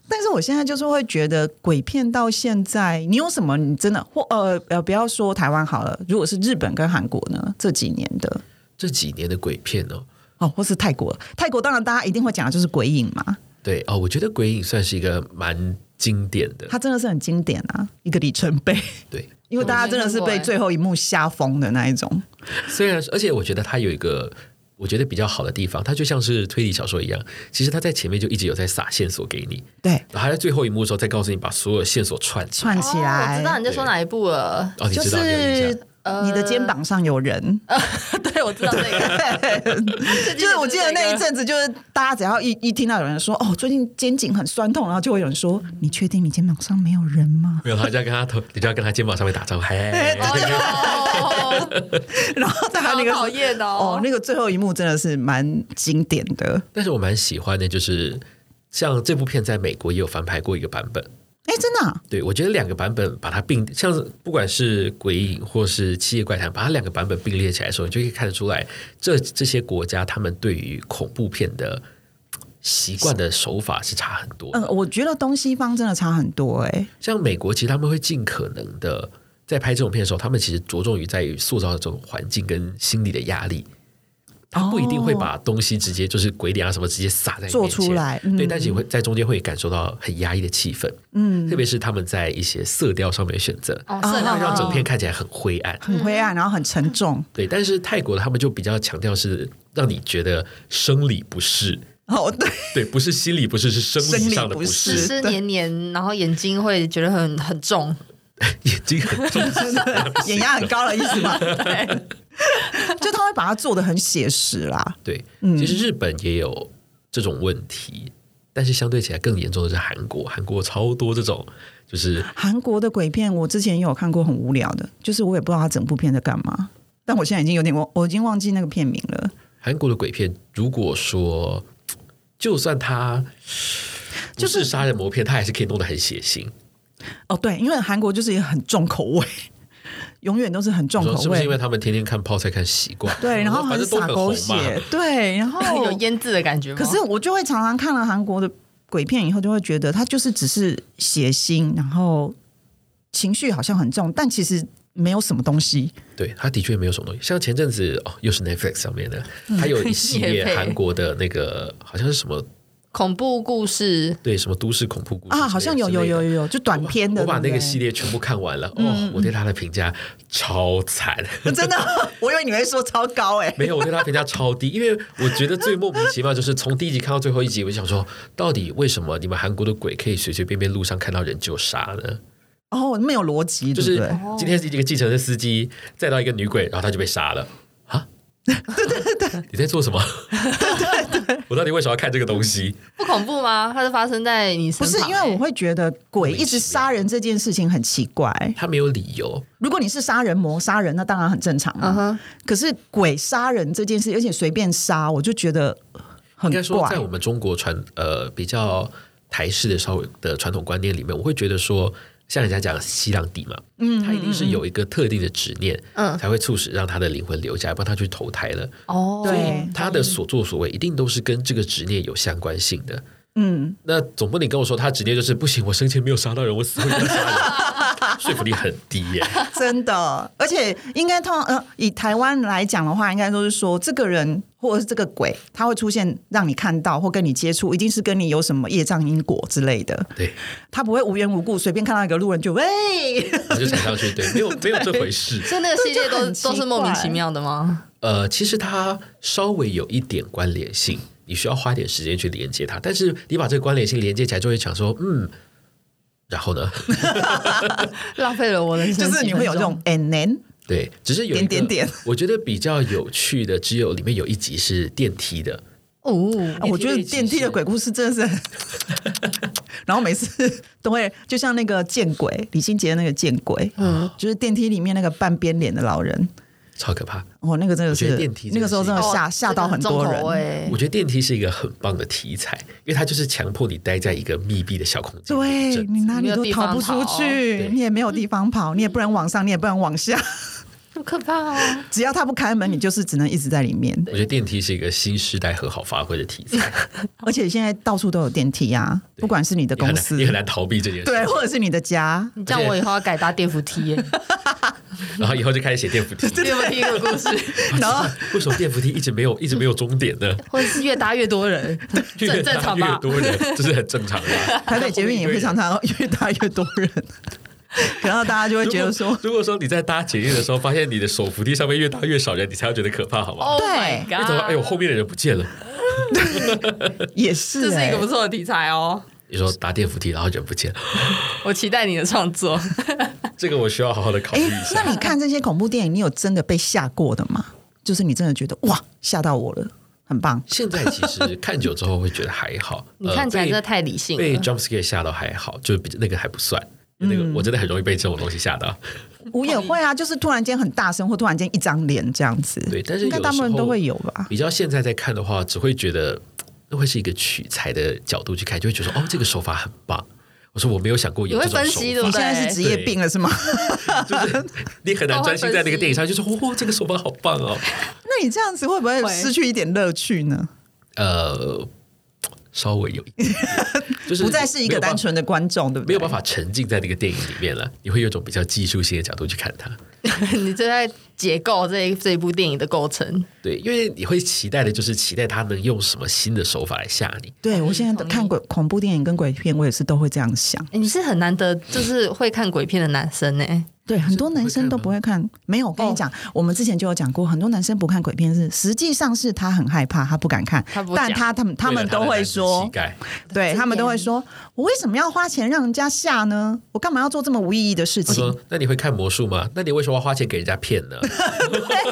B: 但是我现在就是会觉得，鬼片到现在，你有什么？你真的或呃呃，不要说台湾好了，如果是日本跟韩国呢，这几年的
C: 这几年的鬼片哦，
B: 哦，或是泰国，泰国当然大家一定会讲的就是鬼影嘛，
C: 对哦，我觉得《鬼影》算是一个蛮经典的，
B: 它真的是很经典啊，一个里程碑，
C: 对。
B: 因为大家真的是被最后一幕吓疯的那一种。
C: 虽然，而且我觉得它有一个我觉得比较好的地方，它就像是推理小说一样，其实它在前面就一直有在撒线索给你，
B: 对，
C: 然后它在最后一幕的时候再告诉你把所有线索串起来。
B: 串起
A: 哦我
B: 来
A: 知，道你在说哪一部
B: [LAUGHS]
A: 了。
C: 哦，你
B: 就
C: 知道你有印象
B: 是你的肩膀上有人。
A: 对，我知道这个。
B: 就是我记得那一
A: 这个，
B: 阵子，就是大家只要一一听到有人说哦，最近肩颈很酸痛，然后就会有人说，你确定你肩膀上没有人吗？
C: 没有，他就要跟他头， [LAUGHS] 你就要跟他肩膀上面打招呼，嘿，
B: [LAUGHS]
A: 哎呦，
B: 然后大家
A: 好
B: 那个
A: 讨厌
B: 哦
A: 哦，。
B: 那个最后一幕真的是蛮经典的。
C: 但是我蛮喜欢的，就是像这部片在美国也有翻拍过一个版本。
B: 哎，真的啊、
C: 对，我觉得两个版本把它并，像是不管是《鬼影》或是《七夜怪谈》，把它两个版本并列起来的时候，你就可以看得出来，这这些国家他们对于恐怖片的习惯的手法是差很多。
B: 嗯，我觉得东西方真的差很多哎、
C: 像美国，其实他们会尽可能的在拍这种片的时候，他们其实着重于在于塑造这种环境跟心理的压力。它不一定会把东西直接就是鬼脸啊什么直接撒在你
B: 哦做
C: 面前
B: 出来嗯
C: 对，但是你会在中间会感受到很压抑的气氛，嗯，特别是他们在一些色调上面的选择，
A: 哦色调
C: 它会让整
A: 哦
C: 片看起来很灰暗，
B: 很灰暗，然后很沉重。
C: 对，但是泰国的他们就比较强调是让你觉得生理不适，
B: 哦，对，
C: 对，不是心理不适，是生
B: 生
C: 理
B: 理
C: 上的不
B: 不
A: 湿
C: 适，
B: 适
A: 湿
B: 对
A: 黏黏，然后眼睛会觉得很很重，
C: [LAUGHS] 眼睛很重，
B: [LAUGHS] 眼压很高的意思
C: [LAUGHS]
B: 吗？对，就他会把它做的很写实啦。
C: 对，
B: 嗯
C: 其实日本也有这种问题，但是相对起来更严重的是韩国，韩国超多这种，就是
B: 韩国的鬼片我之前也有看过，很无聊的，就是我也不知道他整部片在干嘛。但我现在已经有点忘，我已经忘记那个片名了。
C: 韩国的鬼片，如果说就算他
B: 就
C: 就是是杀人魔片，他还是可以弄得很血腥。
B: 哦，对，因为韩国就是一个很重口味， [LAUGHS] 永远都是很重
C: 你
B: 口味。
C: 说是不是因为他们天天看泡菜看习惯？
B: 对，然后
C: 反
B: 很
C: 正都
B: 洒
C: 很
B: 狗
C: 红嘛。
B: 血，对，然后
A: [LAUGHS] 有腌制的感觉吗。
B: 哦可是我就会常常看了韩国的鬼片以后，就会觉得它就是只是血腥，然后情绪好像很重，但其实没有什么东西。
C: 对，他的确没有什么东西。像前阵子哦，又是 Netflix 上面的，
B: 嗯 [LAUGHS]
C: 他有一系
A: 也
C: 列
A: 配
C: 韩国的那个，好像是什么
A: 恐怖故事
C: 对什么都市恐怖故事
B: 啊，好像有有有
C: 有。
B: 有有，就短片的，
C: 我把那
B: 对不
C: 个
B: 对嗯
C: 系列全部看完了，哦，我对他的评价超惨， [LAUGHS]
B: [LAUGHS] 真的，我以为你会说超高哎、
C: 没有，我对他评价超低，因为我觉得最莫名其妙就是从第一集看到最后一集，我就想说，到底为什么你们韩国的鬼可以随随便便路上看到人就杀呢？
B: 哦，没有逻辑，
C: 就
B: 对
C: 是
B: 不对？
C: 今天是一个计程车司机载到一个女鬼，然后他就被杀了啊！对对对，你在做什么？ [LAUGHS] 我到底为什么要看这个东西？
A: 不恐怖吗？它是发生在你身
B: 不是
A: 旁
B: 因为我会觉得鬼
C: 莫名
B: 一直
C: 其妙
B: 杀人这件事情很奇怪。
C: 他没有理由，
B: 如果你是杀人魔杀人，那当然很正常
A: 嗯
B: 啊。
A: 哼，
B: 可是鬼杀人这件事，而且随便杀，我就觉得很
C: 应该说，
B: 怪
C: 在。我们中国传呃比较台式的稍微的传统观念里面，我会觉得说，像人家讲西浪底嘛，嗯，他一定是有一个特定的执念，
A: 嗯
C: 才会促使让他的灵魂留下来，帮他去投胎了。
A: 哦，
B: 对
C: 他的所作所为一定都是跟这个执念有相关性的。
B: 嗯，
C: 那总不能跟我说他执念就是不行，我生前没有杀到人，我死后一定要杀人， [LAUGHS] 说服力很低耶、
B: 真的，
C: [LAUGHS]
B: 而且应该通常呃，以台湾来讲的话，应该都是说这个人或者是这个鬼，他会出现让你看到或跟你接触，一定是跟你有什么业障因果之类的，
C: 对，
B: 他不会无缘无故随便看到一个路人
A: [LAUGHS]
B: 就喂， [LAUGHS]
C: 我就踩上去，对，没有没有这回事。
A: 所以那个系列
B: 这就
A: 都
B: 很奇怪
A: 都是莫名其妙的吗？
C: 呃，其实它稍微有一点关联性，你需要花一点时间去连接它，但是你把这个关联性连接起来，就会想说，嗯，然后呢？ [LAUGHS]
A: 浪费了我的，
B: 就是你会有这种 and then
C: 对，只是有一个
B: 点点点，
C: 我觉得比较有趣的，只有里面有一集是电梯的，
A: 哦
B: 啊，我觉得电梯的鬼故事真的是 [LAUGHS] 很，然后每次都会就像那个见鬼，李心洁那个见鬼，
A: 哦
B: 嗯，就是电梯里面那个半边脸的老人，
C: 超可怕。
B: 哦，那个真的
C: 我觉
B: 是
C: 得电梯这个
B: 那个时候真的
A: 哦
B: 吓吓到很多
A: 这个重口哎欸
B: 人。
A: 味
C: 我觉得电梯是一个很棒的题材，因为它就是强迫你待在一个密闭的小空间里一
B: 对
C: 阵子。
B: 你哪里
A: 没有
B: 都
A: 地
B: 逃
A: 方
B: 不出
A: 跑
B: 去
C: 对，
B: 你也没有地方
A: [LAUGHS]
B: 跑，你也不能往上，你也不能往下， [LAUGHS]
A: 好可怕哦！
B: 只要他不开门，你就是只能一直在里面。
C: 我觉得电梯是一个新时代很好发挥的题材，
B: [LAUGHS] 而且现在到处都有电梯啊，不管是你的
C: 你很
B: 公
C: 难
B: 司
C: 你，很难逃避这件事。
B: 对，或者是你的家，
A: 你这样我以后要改搭电扶梯
B: [LAUGHS]
A: 耶，
C: 然后以后就开始写电扶梯，
A: 电扶梯的故
C: [LAUGHS]
A: 事，
B: 然后
C: 啊为什么电扶梯一直没有一直没有终点呢？
A: 或者是越搭越多人，
C: 越
A: 正正
C: 大
A: 常
C: 越
A: 吧？
C: 多人，这是很
A: [LAUGHS]
C: 正常的啊。
B: 台北捷运也会常常越搭越多人，然后大家就会
C: [LAUGHS] 如果。
B: 觉得说，
C: 如果说你在搭捷运的时候，发现你的手扶梯上面越搭越少人，你才会觉得可怕，好吗？
A: Oh
B: 对
A: my
C: 你怎么？哎呦，
A: god！
C: 后面的人不见了。
B: 也是、
A: [LAUGHS] 这是一哎
B: 欸
A: 个不错的题材哦，
C: 你说搭电扶梯，然后人不见了，
A: 我期待你的创
C: [LAUGHS]
A: 作。
C: 呃这个我需要好好的考虑
B: 哎、
C: 一下。
B: 那你看这些恐怖电影，你有真的被吓过的吗？就是你真的觉得哇，吓到我了，很棒。
C: 现在其实看久之后会觉得还
A: [LAUGHS]
C: 好，
A: 你
C: 呃
A: 看起来
C: 被
A: 真的太理性
C: 被
A: [LAUGHS] 了，
C: jump scare 吓到还好，就比那个还不算。那
A: 嗯
C: 个我真的很容易被这种东西吓到，
B: 我也会啊，就是突然间很大声，或突然间一张脸这样子。
C: 对但是
B: 应该
C: 有
B: 大部分人
C: 时候
B: 都会有吧？
C: 比较现在在看的话，只会觉得那会是一个取材的角度去看，就会觉得说哦，这个手法很棒。我说我没有想过有
A: 你会
C: 这种
A: 分
C: 手
B: 你
A: 析
C: 法
A: 对，
B: 哦现在是职业病了是吗？
C: 就是你很难专心在那个电影上，就是哦，这个手法好棒哦。
B: 那你这样子会不会
A: 会
B: 失去一点乐趣呢？
C: 呃，稍微有一 [LAUGHS] 点点，就是
B: 不再是一
C: 没
B: 个
C: 有办
B: 单纯的观众，对不对？
C: 没有办法沉浸在那个电影里面了，你会有一种比较技术性的角度去看它。
A: 你就在解构这一这一部电影的构成。
C: 对，因为你会期待的就是期待他能用什么新的手法来吓你。
B: 对我现在都
A: 同意
B: 看鬼恐怖电影跟鬼片，我也是都会这样想。
A: 哎诶你是很难得，就是会看鬼片的男生呢、
B: 对，很多男生都不会看。没有，我跟你讲，我们之前就有讲过，很多男生不看鬼片是，实际上是他很害怕，他不敢看
A: 他不，
B: 但
A: 讲
B: 他他们他们都会
C: 为
B: 说
C: 了，他的男子气概，
B: 对
A: 这
B: 他们都会
A: 点
B: 说，我为什么要花钱让人家吓呢？我干嘛要做这么无意义的事
C: 他
B: 情？
C: [LAUGHS] 说：“那你会看魔术吗？那你为什么要花钱给人家骗呢？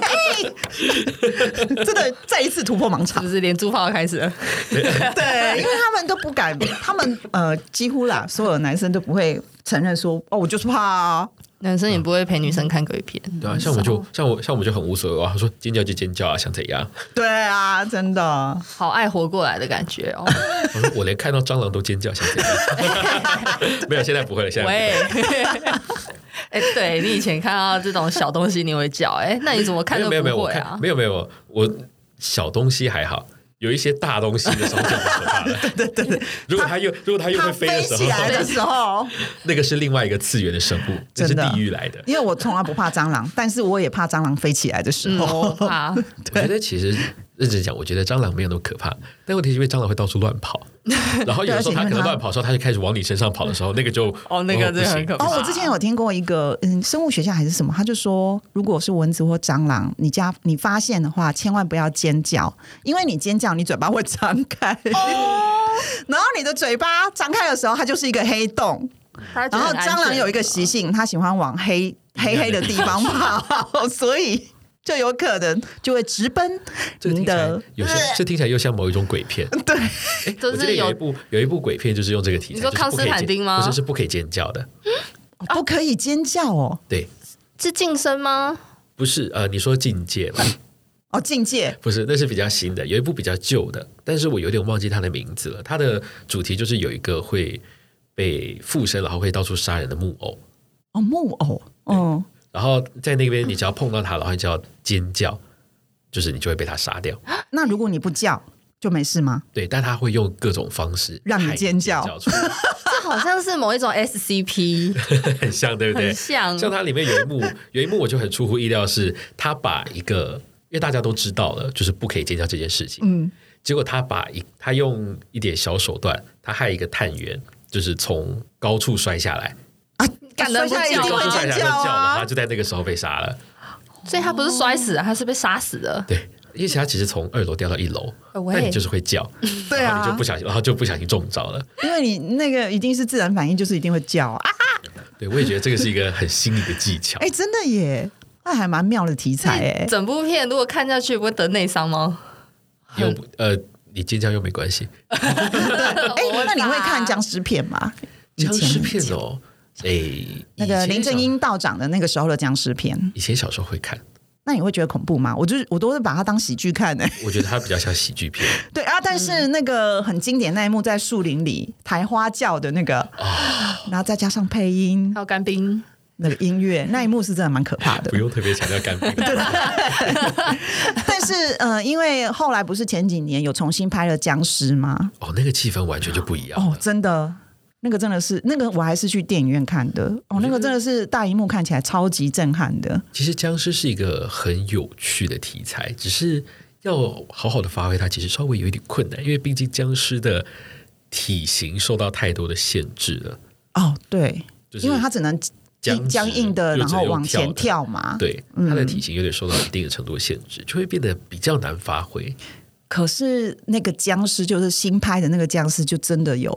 B: 哎 [LAUGHS] 真的再一次突破盲
A: 是
B: 场
A: 不。是连珠炮开始了？
B: 对，因为他们都不敢，他们呃几乎啦，所有的男生都不会承认说，哦，我就是怕啊。
A: 男生也不会陪女生看鬼片，
C: 对啊，像我就像我像我就很无所谓啊。”他说：“尖叫就尖叫啊，想怎样
B: 对啊，真的，
A: 好爱活过来的感觉
C: [LAUGHS]
A: 哦。？”
C: 我说：“我连看到蟑螂都尖叫，想怎样？” [LAUGHS] 没有，现在不会了，现在不会
A: 喂， [LAUGHS] 哎、对你以前看到这种小东西你会叫，哎、那你怎么看
C: 没
A: 都
C: 有没有没有，
A: 不
C: 我
A: 会
C: 看
A: 啊？
C: 没有没有，我小东西还好，有一些大东西的时候就很可怕了。对对对，如果它又如果它又
B: 他
C: 会飞的
B: 飞
C: 时
B: 起来的
C: 候，
B: 时
C: [LAUGHS] 哦
B: 候，
C: 那个是另外一个次元的生物，那是
B: 真的
C: 地狱来的。
B: 因为我从来不怕蟑螂，但是我也怕蟑螂飞起来的时
A: 嗯，我
B: 候。
A: 怕。
C: 我觉得其实认真讲，我觉得蟑螂没有那么可怕，但问题是因为蟑螂会到处乱跑，然后有时候它可能乱跑的时候，它就开始往你身上跑的时候，那个就
A: 哦，那个真
C: 不
A: 的
C: 行
A: 很可怕。
B: 哦，我之前有听过一个，嗯，生物学家还是什么，他就说，如果是蚊子或蟑螂，你家你发现的话，千万不要尖叫，因为你尖叫，你嘴巴会张开，
C: 哦
B: [LAUGHS] 然后你的嘴巴张开的时候，它就是一个黑洞，
A: 大家
B: 然
A: 觉得
B: 后
A: 很安全，
B: 蟑螂有一个习性，它喜欢往黑黑黑的地方跑，所以就有可能就会直奔
C: 这个
B: 您哦
C: 听起来
B: 的。
C: 有些这听起来又像某一种鬼片。
B: [LAUGHS] 对，
C: 哎
A: 就是
C: 我记得有
A: 有
C: 一部有一部鬼片就是用这个题材，
A: 你说
C: 就是不可
A: 康
C: 以
A: 斯坦
C: 尖
A: 丁吗
C: 不是，是不可以尖叫的。
B: 不可以尖叫哦，
C: 对，
A: 是晋升吗？
C: 不是呃，你说境界嘛？
B: 哦，境界
C: 不是，那是比较新的，有一部比较旧的，但是我有点忘记它的名字了。它的主题就是有一个会被附身，然后会到处杀人的木偶。
B: 哦，木偶，嗯，
C: 然后在那边，你只要碰到它，然后你就要尖叫，就是你就会被它杀掉。
B: 那如果你不叫就没事吗？
C: 对，但它会用各种方式
B: 让你
C: 害
B: 尖叫
C: 叫出来， [LAUGHS]
A: 这好像是某一种 SCP，
C: 很像，对不 [LAUGHS] 对
A: 很？
B: 嗯
A: 像。
C: 像它里面有一
B: [LAUGHS]
C: 幕，有一幕我就很出乎意料是，他把一个，因为大家都知道了，就是不可以尖叫这件事情。
B: 嗯，
C: 结果他把一，他用一点小手段，他害一个探员，就是从高处摔下来，
A: 感人不
B: 摔下来一
A: 叫
B: 定会
A: 啊
C: 摔
B: 尖
C: 下来
B: 叫
C: 叫嘛，
B: 啊
C: 他！就在那个时候被杀了。
A: 所以他不是摔死的，他是被杀死的。
C: 对，因为其实他只是从二楼掉到一楼，
A: 呃
C: 但
A: 喂
C: 你就是会叫，
B: 对
C: 然后你
B: 啊
C: 就不，小心，然后就不小心中招了。
B: 因为你那个一定是自然反应，就是一定会叫啊！
C: 对，我也觉得这个是一个很新的一个技巧
B: [LAUGHS] 哎、。真的耶，那还蛮妙的题材哎、
A: 整部片如果看下去，不会得内伤 [LAUGHS] 吗？
C: 你又不呃，你尖叫又没关系，
B: 哎、
A: 我
B: 那你会
A: 打
B: 看僵尸片吗？以
C: 僵
B: 前
C: 尸片哦，哎，
B: 那个
C: 以前
B: 林正
C: 小
B: 英道长的那个时候的僵尸片，
C: 以前小时候会看，
B: [LAUGHS] 那你会觉得恐怖吗？我就是我都会把它当喜剧看哎、
C: 我觉得它比较像喜剧片。
B: [LAUGHS] 对啊，但是那个很经典那一幕在树林里抬花轿的那个，
C: 嗯
B: 然后再加上配音
A: 还有干冰，
B: 那个音乐那一幕是真的蛮可怕的
C: 不。用特别强调干
B: [LAUGHS]
C: 冰，
B: 但是呃，因为后来不是前几年有重新拍了僵尸吗？
C: 哦，那个气氛完全就不一样了。
B: 哦，真的。那个真的是，那个我还是去电影院看的哦，那个真的是大荧幕看起来超级震撼的。
C: 其实僵尸是一个很有趣的题材，只是要好好的发挥它，其实稍微有一点困难，因为毕竟僵尸的体型受到太多的限制了，
B: 哦，对，
C: 就是
B: 因为它只能
C: 僵
B: 硬僵
C: 直
B: 硬的，
C: 又
B: 然
C: 只
B: 后
C: 能用
B: 往前
C: 的
B: 跳嘛。
C: 对，它的体型有点受到一定的程度的限制，就会变得比较难发挥。
B: 可是那个僵尸就是新拍的那个僵尸，就真的有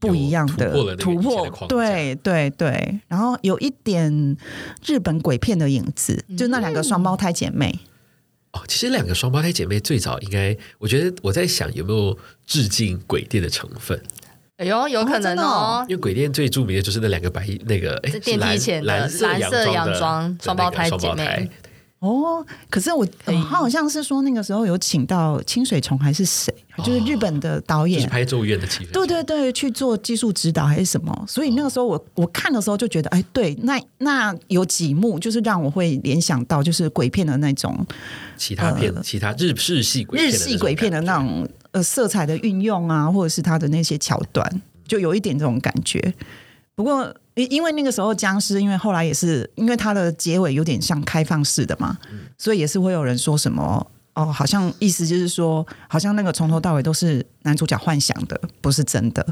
B: 不一样的
C: 有突破了那个以前的框架
B: 对对对。然后有一点日本鬼片的影子，就那两个双胞胎姐妹，
C: 哦，其实两个双胞胎姐妹最早应该，我觉得我在想有没有致敬鬼店的成分，
A: 哎呦，有可能
B: 哦
A: 哦
C: 因。为鬼店最著名的就是那两个白衣那个哎
A: 在
C: 是
A: 电梯
C: 蓝
A: 前的
C: 蓝
A: 蓝
C: 洋
A: 色
C: 装
A: 洋
C: 的
A: 装
C: 的那
A: 双胞
C: 个
A: 胎
C: 双
A: 姐
C: 胞
A: 妹
C: 胎
B: 哦，可是我、
A: 以
B: 哦他好像是说那个时候有请到清水虫还是谁，就是哦日本的导
C: 就
B: 演
C: 是。拍《咒怨》的气氛，
B: 对对对，去做技术指导还是什么？所以那个时候我我看的时候就觉得，哎，对，那那有几幕就是让我会联想到就是鬼片的那种
A: 嗯
C: 其他片、其他日式系鬼片
B: 日
C: 的那种
B: 系鬼片的那
C: 感觉，
B: 种呃色彩的运用啊，或者是它的那些桥段，就有一点这种感觉。不过，因因为那个时候僵尸，因为后来也是因为它的结尾有点像开放式的嘛，
C: 嗯
B: 所以也是会有人说什么哦，好像意思就是说，好像那个从头到尾都是男主角幻想的，不是真的。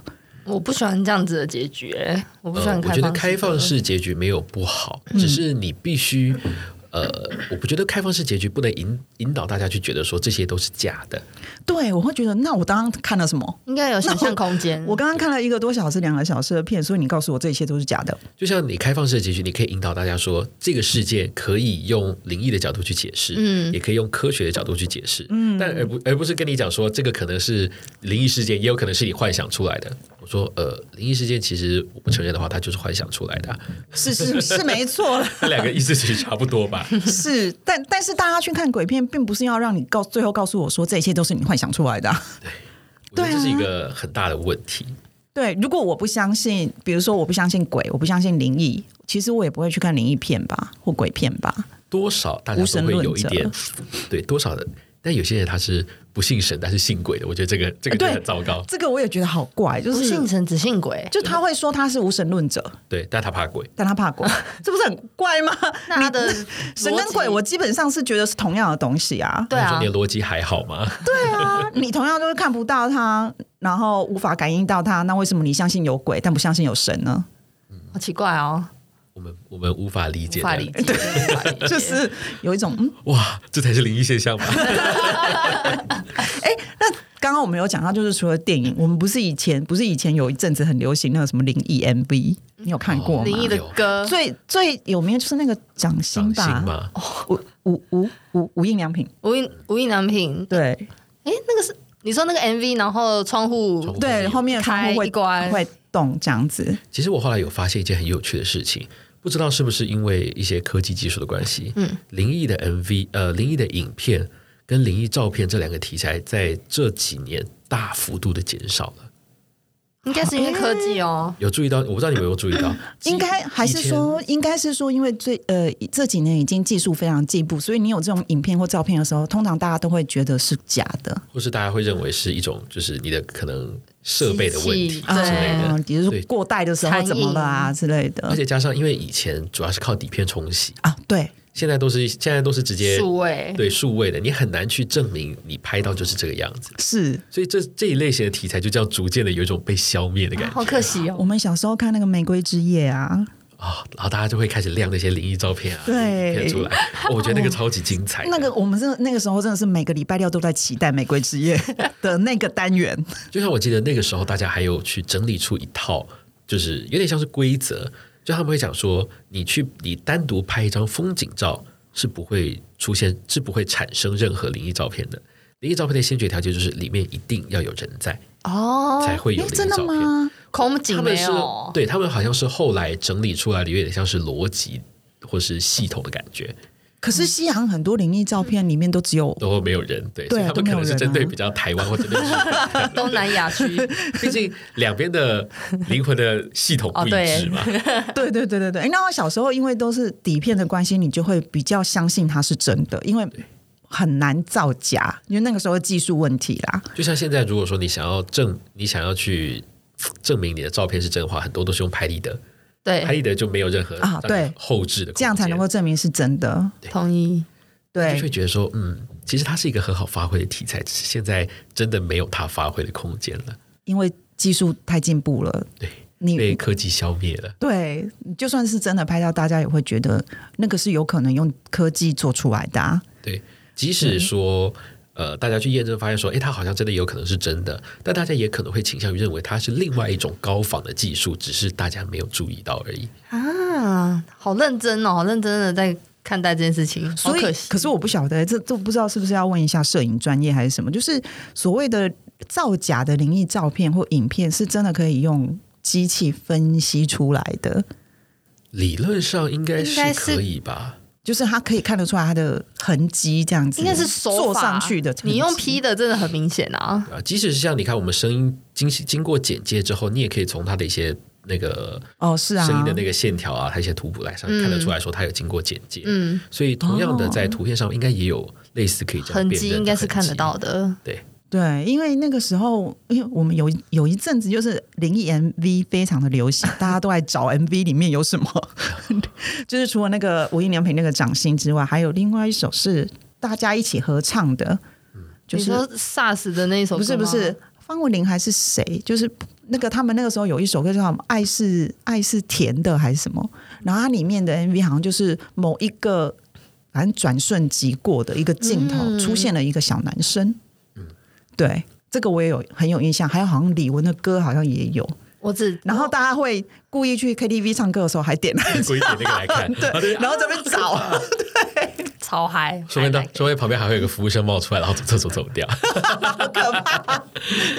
A: 我不喜欢这样子的结局、欸我不喜欢
C: 呃。
A: 开
C: 我
A: 放、嗯
C: 觉得开放，式结局没有不好，只是你必须。呃，我不觉得开放式结局不能引引导大家去觉得说这些都是假的，
B: 对，我会觉得，那我刚刚看了什么？
A: 应该有想象空
C: 嗯
A: 间。
B: 我刚刚看了一个多小时、两个小时的片，所以你告诉我这一切都是假
C: [LAUGHS]
B: 的。
C: 就像你开放式的结局，你可以引导大家说，这个世界可以用灵异的角度去解释，嗯，也可以用科学的角度去解释，嗯，但而不而不是跟你讲说这个可能是灵异事件，也有可能是你幻想出来的。我说，呃，灵异事件其实我不承认的话，它就是幻想出
B: [LAUGHS]
C: 来的啊、
B: 是是是没错了，
C: 那两个意思其实差不多吧？
B: 是，但但是大家去看鬼片，并不是要让你告最后告诉我说这一切都是你幻想出来的啊、 [LAUGHS]
C: 我觉
B: [LAUGHS]
C: 得
B: 对啊
C: 这是一个很大的问题。
B: 对，如果我不相信，比如说我不相信鬼，我不相信灵异，其实我也不会去看灵异片吧，或鬼片吧。
C: 多少大家都会有一点
B: 无，
C: [LAUGHS] 对多少的。但有些人他是不信神，但是信鬼的，我觉得这个这个就
B: 对
C: 很糟糕。
B: 这个我也觉得好怪，就
A: 哦不
B: 是
A: 信神只信鬼，
B: 就他会说他是无神论者，
C: 对，但他怕鬼，
B: 但他怕鬼，这不是很怪吗？
A: 那他的
B: 神跟鬼，
A: 逻辑
B: 我基本上是觉得是同样的东西啊。
A: 对
C: 我说
A: 啊
C: 你，的逻辑还好吗？
B: 对啊，你同样都是看不到他，然后无法感应到他，那为什么你相信有鬼，但不相信有神呢？
A: 好奇怪哦，
C: 我们我们无法理解
A: 无
C: 的，
A: 法理解，无法理
C: [LAUGHS]
A: 解
B: 就是有一种嗯，
C: 哇，这才是灵异现象吧？
B: 刚刚我们有讲到，就是除了电影，我们不是以前不是以前有一阵子很流行那个什么灵异 MV，你有看过吗？
A: 哦灵异的
C: 哦
A: 歌，
B: 最最有名的就是那个掌心
C: 伤心
B: 吧，
C: 吗？
B: 无无无无无印良品，
A: 无印无印良品，
B: 对
A: 哎，那个是你说那个 MV，然后窗
C: 窗
A: 户
C: 户
B: 对，后面的窗户
A: 开
B: 会
A: 一关
B: 会动这样子，
C: 其实我后来有发现一件很有趣的事情，不知道是不是因为一些科技技术的关系，嗯，灵异的 MV，呃，灵异的影片跟灵异照片这两个题材在这几年大幅度的减少了。
A: 应该是因为科技哦，
C: 有注意到？我不知道你们有没有注意到，
B: 应该还是
C: 以前
B: 说，应该是说，因为最呃这几年已经技术非常进步，所以你有这种影片或照片的时候，通常大家都会觉得是假的，
C: 或是大家会认为是一种就是你的可能设备的问
A: 机
C: 题
A: 器
C: 之类的。
B: 啊，比如
C: 对
B: 说过带的时候
A: 残影
B: 怎么了啊之类
C: 而
B: 的
C: 且加上，因为以前主要是靠底片冲洗，
B: 啊，对，
C: 现在都是现在都是直
B: 哎
C: 接
A: 数位，
C: 对数位的，你很难去证明你拍到就是这个样子。
B: 是
C: 所以这这一类型的题材就这样逐渐的有一种被消灭的感觉
A: 好可惜哦
B: 我。们小时候看那个《玫瑰之夜》啊，
C: 啊、然后大家就会开始亮那些灵异照片啊，
B: 对
C: 影片出来、哦我觉得那个超级精彩
B: [LAUGHS]
C: 的。
B: 那个我们真的那个时候真的是每个礼拜六都在期待《玫瑰之夜》 [LAUGHS] 的那个单元，
C: 就像我记得那个时候，大家还有去整理出一套，就是有点像是规则，就他们会讲说，你去你单独拍一张风景照是不会出现，是不会产生任何灵异照片的。灵异照片的先决条件就是里面一定要有人在，
A: 哦，
C: 才 [LAUGHS] 会有
B: 诶
C: 灵
B: 真
C: 异
B: 的
C: 照片。
B: 吗？
A: 空哦警
C: 他
A: 没
C: 们是
A: 有，
C: 对他们好像是后来整理出来的，有点像是逻辑或是系统的感觉，
B: 可是西洋很多灵异照片里面都只有
C: 都没有人对，
B: 对
C: 所以他
B: 都
C: 们
B: 没
C: 可
B: 有
C: 能是
B: 人
C: 针对
B: 啊
C: 比较台湾或者日本
A: 东南亚
B: [LAUGHS]
A: 区，
C: 毕竟两边的灵魂的系统
B: 哦
C: 不一致嘛。
B: 对对对对对，诶那我小时候因为都是底片的关系，你就会比较相信它是真的，因为很难造假，因为那个时候技术问题啦。
C: 就像现在，如果说你想要证，你想要去证明你的照片是真的话，很多都是用拍立得，拍
A: 对，
C: 立得就没有任何
B: 哎啊
C: 让你
B: 对
C: 后置的空间，
B: 这样才能够证明是真的。
A: 同意。
C: 就会
B: 对，
C: 觉得说，嗯，其实它是一个很好发挥的题材，只是现在真的没有它发挥的空间了，
B: 因为技术太进步了，
C: 对，被
B: 你
C: 科技消灭了。
B: 对，就算是真的拍到，大家也会觉得那个是有可能用科技做出来的、啊。
C: 对，即使
A: 嗯
C: 说。呃，大家去验证发现说，诶，它好像真的有可能是真的，但大家也可能会倾向于认为它是另外一种高仿的技术，只是大家没有注意到而已。
A: 啊，好认真哦，好认真的在看待这件事情，
B: 所以
A: 好可，惜。
B: 可是我不晓得，这这不知道是不是要问一下摄影专业还是什么？就是所谓的造假的灵异照片或影片，是真的可以用机器分析出来的，
C: 理论上应该
A: 应
C: 是
A: 该是
C: 可以吧？
B: 就是它可以看得出来它的痕迹，这样子
A: 应该是手
B: 做
A: 法
B: 上去的痕迹。
A: 你用 P 的真的很明显啊，
C: 啊，即使是像你看我们声音经经过剪接之后，你也可以从它的一些那个
B: 哦，是啊，
C: 声音的那个线条啊，它一些图谱来上、看得出来说它有经过剪接。
A: 嗯，
C: 所以同样的，
B: 哦
C: 在图片上应该也有类似可以这样
A: 痕
C: 辨
A: 迹
C: 认的
A: 应该是看得
C: [LAUGHS] 痕迹。
A: 到的。
C: 对，
B: 对，因为那个时候，因为我们有一有一阵子就是灵异 MV 非常的流行，大家都在找 MV 里面有什么， [LAUGHS] 就是除了那个无印良品那个掌心之外，还有另外一首是大家一起合唱的，就
A: 你
B: 是
A: 说 SARS 的那一首
B: 不
A: 歌
B: 是不
A: 吗
B: 是方文琳还是谁？就是那个他们那个时候有一首歌叫什么《爱是爱是甜的》还是什么？然后它里面的 MV 好像就是某一个反正转瞬即过的一个镜头、出现了一个小男生。对，这个我也有很有印象。还有好像李玟的歌好像也有，
A: 我只
B: 然后大家会故意去 KTV 唱歌的时候还点来
C: 故意点那个
A: [LAUGHS]
C: 来看，
B: 对，然后这边找。
A: 超嗨，
C: 说明到
A: 嗨嗨
C: 说明旁边还会有一个服务生冒出来，然后从厕所走掉。
B: 可怕，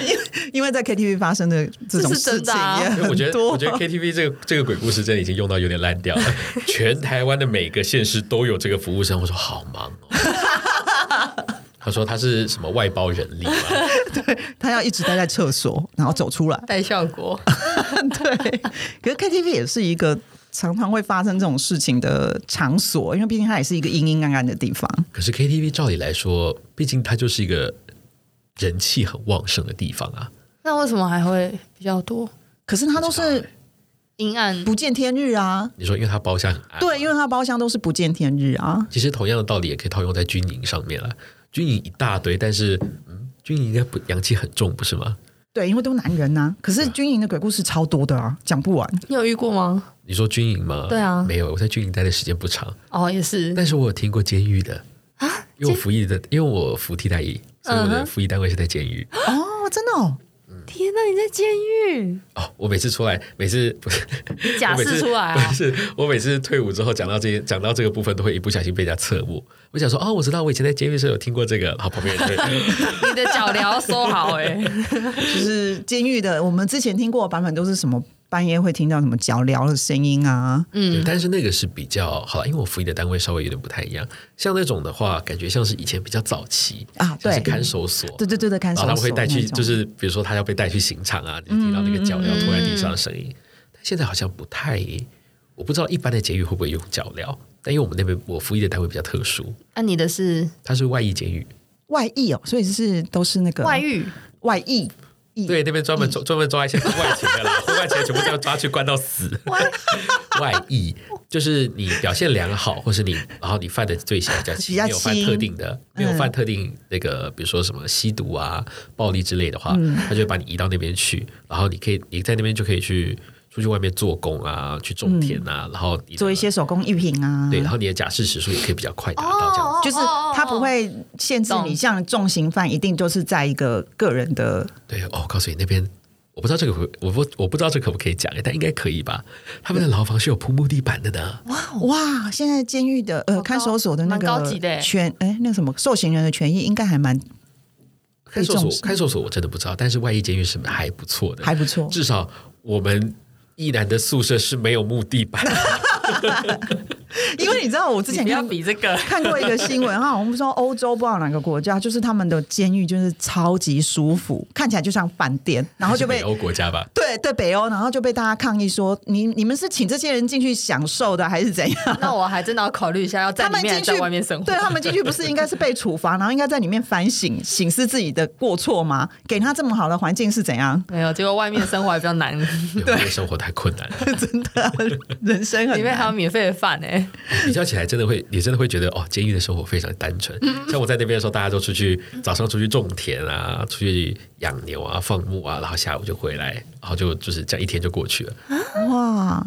B: 因为因为在 KTV 发生的这种
A: 这是
B: 事
A: 真的
B: 情
A: 啊
C: [LAUGHS]
B: 也
C: 因为我觉
B: 很
C: 得，
B: 多。
C: 我觉得 KTV 这个这个鬼故事真的已经用到有点烂掉了。全台湾的每个县市都有这个服务生，我说好忙哦。他说他是什么外包人力嘛？
B: 他要一直待在厕 [LAUGHS] 所，然后走出来。
A: 带效
B: [LAUGHS]
A: 果，
B: 对，可是 KTV 也是一个常常会发生这种事情的场所，因为毕竟它也是一个阴阴暗暗的地方。
C: 可是 KTV 照理来说，毕竟它就是一个人气很旺盛的地方啊。
A: 那为什么还会比较多
B: 可是它都是
A: 阴暗？
B: 不见天日啊，
C: 你说，因为它包厢很暗，
B: 对，因为它包厢都是不见天日啊。
C: 其实同样的道理也可以套用在军营上面了。军营一大堆，但是嗯，军营应该不阳气很重，不是吗？
B: 对，因为都男人呐、啊。可是军营的鬼故事超多的啊，讲不完。
A: 你有遇过吗？
C: 你说军营吗？
A: 对啊
C: 没有，我在军营待的时间不长，
A: 哦，也是，
C: 但是我有听过监狱的啊，因为我服役的，因为我服替代役，所以我
A: 嗯
C: 的
A: 哼
C: 服役单位是在监狱。
B: 哦，真的哦，
A: 天哪，你在监狱？
C: 哦，我每次出来，每次不是
A: 假释出来啊
C: 不是 [LAUGHS] 我每次退伍之后讲到这些讲到这个部分，都会一不小心被人家侧目。我想说，哦，我知道，我以前在监狱的时候有听过这个，然后旁边人就
A: [LAUGHS]
C: 会
A: 你的脚镣收好哎、 [LAUGHS]
B: 就是监狱的，我们之前听过的版本都是什么半夜会听到什么脚镣的声音啊，
C: 对但是那个是比较好啦，因为我服役的单位稍微有点不太一样，像那种的话，感觉像是以前比较早期
B: 啊
C: 像是
B: 对
C: 看守所，
B: 对对对对，看
C: 然
B: 守
C: 后他
B: 所
C: 们会带去，
B: 那种嗯
C: 就是比如说他要被带去刑场啊，你听到那个脚镣拖在地上的声音。但现在好像不太，我不知道一般的监狱会不会用脚镣，但因为我们那边我服役的单位比较特殊，
A: 那、啊你的是
C: 它是外役监狱，
B: 外役哦，所以是都是那个
A: 外遇，
B: 外役。役
C: 对，那边专门抓专门抓一些婚外情的啦， [LAUGHS] 婚外情的全部都要抓去关到死。 [LAUGHS] 外役就是你表现良好，或是你然后你犯的罪行比较轻，
B: 比较
C: 没有犯
B: 轻嗯
C: 特定的，没有犯特定那个，比如说什么吸毒啊、暴力之类的话，
B: 嗯
C: 他就会把你移到那边去，然后你可以你在那边就可以去出去外面做工啊，去种田啊，然后你
B: 嗯
C: 的
B: 做一些手工艺品啊，
C: 对，然后你的假释时数也可以比较快达到这
A: 哦
C: 样
B: 就
C: 子。
B: 是他不会限制你，
A: 懂
B: 像重刑犯一定就是在一个个人的，
C: 对，哦，我告诉你那边。我不知道这个会，我不我不知道这可不可以讲，但应该可以吧？他们的牢房是有铺木地板的呢。
B: 哇！现在监狱的
A: 哦好
B: 呃
A: 高
B: 看守所的那
A: 蛮高级的
B: 个
A: 欸
B: 权，哎，那个什么受刑人的权益应该还蛮
C: 看守
B: 被
C: 所
B: 重视，
C: 看守所我真的不知道，但是外役监狱是还不错的，
B: 还不错。
C: 至少我们一男的宿舍是没有木地板，
B: 因为你知道，我之前
A: 你不要
B: 看
A: 比这个
B: 看过一个新闻，哈，我们说欧洲不知道哪个国家，就是他们的监狱就是超级舒服，看起来就像饭店，然后就
C: 还是
B: 被
C: 北欧国家
B: [LAUGHS]
C: 吧。
B: 对对北欧，然后就被大家抗议说，你你们是请这些人进去享受的，还是怎样？
A: 那我还真的要考虑一下，要在
B: 他
A: 里
B: 们
A: 面还
B: 进
A: 是
B: 去
A: 在外面生活。
B: 对他们进去不是应该是被处罚，然后应该在里面反省、省思自己的过错吗？给他这么好的环境是怎样？
A: 没有，结果外面生活还比较 [LAUGHS] 难，
C: 对，因为生活太困难了，
B: 真的啊，人生
A: 里
B: 很
A: 面还有
B: 难。
A: 免费的饭哎、 [LAUGHS]
C: 比较起来真的会，你真的会觉得哦，监狱的生活非常单纯。
B: 嗯
C: 像我在那边的时候，大家都出去早上出去种田啊，出去养牛啊、放牧啊，然后下午就回来，然后就就是这样一天就过去了。
B: 哇！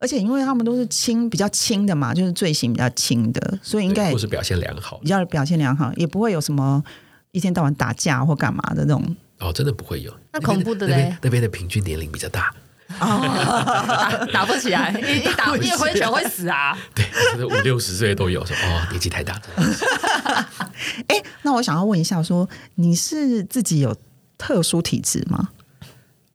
B: 而且因为他们都是轻比较轻的嘛，就是罪行比较轻的，所以应该
C: 对
B: 也
C: 或是表现良好
B: 比较表现良好，也不会有什么一天到晚打架或干嘛的那种。
C: 哦，真的不会有。
A: 那
C: 边
A: 恐怖的
C: 那
A: 嘞
C: 边那边的平均年龄比较大，
A: 打打不起来，一一打一挥拳会死啊！
C: 对，就是五六十岁都有，说
A: [LAUGHS]
C: 哦年纪太大了。
B: 哎，那我想要问一下说你是自己有特殊体质吗？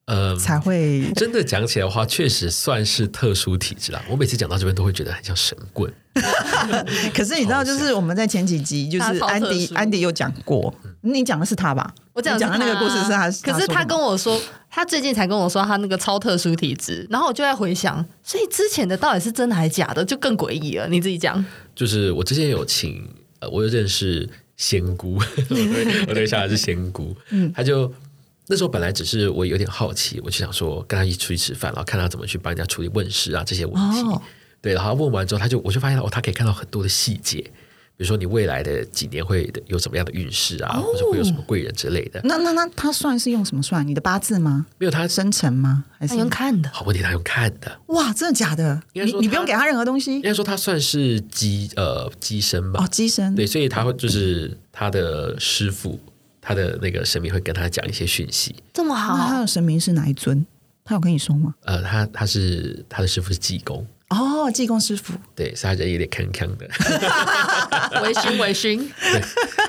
C: 嗯，
B: 才会
C: 真的讲起来的话，确实算是特殊体质啦。我每次讲到这边都会觉得很像神棍，
B: 可是你知道，就是我们在前几集，就
A: 他
B: 是
A: 超
B: 安
A: 特
B: 迪
A: 殊嗯
B: 安迪有讲过，你讲的是他吧？
A: 我讲
B: 你讲的那
A: 是
B: 个
A: 他
B: 故事是他，
A: 可是
B: 说
A: 他
B: 的
A: 跟
B: 吗
A: 我说，他最近才跟我说他那个超特殊体质，然后我就在回想，所以之前的到底是真的还是假的，就更诡异了。你自己讲，
C: 就是我之前有请呃，我有认识仙姑， [LAUGHS] 我对我对小孩是仙姑，他就。那时候本来只是我有点好奇，我就想说跟他一起出去吃饭，然后看他怎么去帮人家处理问事啊这些问题。
A: 哦
C: 对，然后问完之后，他就我就发现哦，他可以看到很多的细节，比如说你未来的几年会有什么样的运势啊，或者会有什么贵人之类的。
B: 那那那他算是用什么算？你的八字吗？
C: 没有他
B: 生辰吗？还
A: 他
B: 是
A: 用看的，
C: 好问题，他用看的，
B: 哇，真的假的？
C: 应该
B: 你
C: 说
B: 你
C: 他
B: 不用给他任何东
C: 应
B: 西
C: 该说他算是机呃机身吧
B: 哦，，机身
C: 对，所以他会就是他的师傅，他的那个神明会跟他讲一些讯息。
A: 这么
B: 那他
A: 好，
B: 的神明是哪一尊？他有跟你说吗？
C: 呃，他他是他的师傅是济公，
B: 哦，济公师傅，
C: 对，所以他人有点康康的。
A: [LAUGHS]
C: [LAUGHS]
A: 微醺微醺，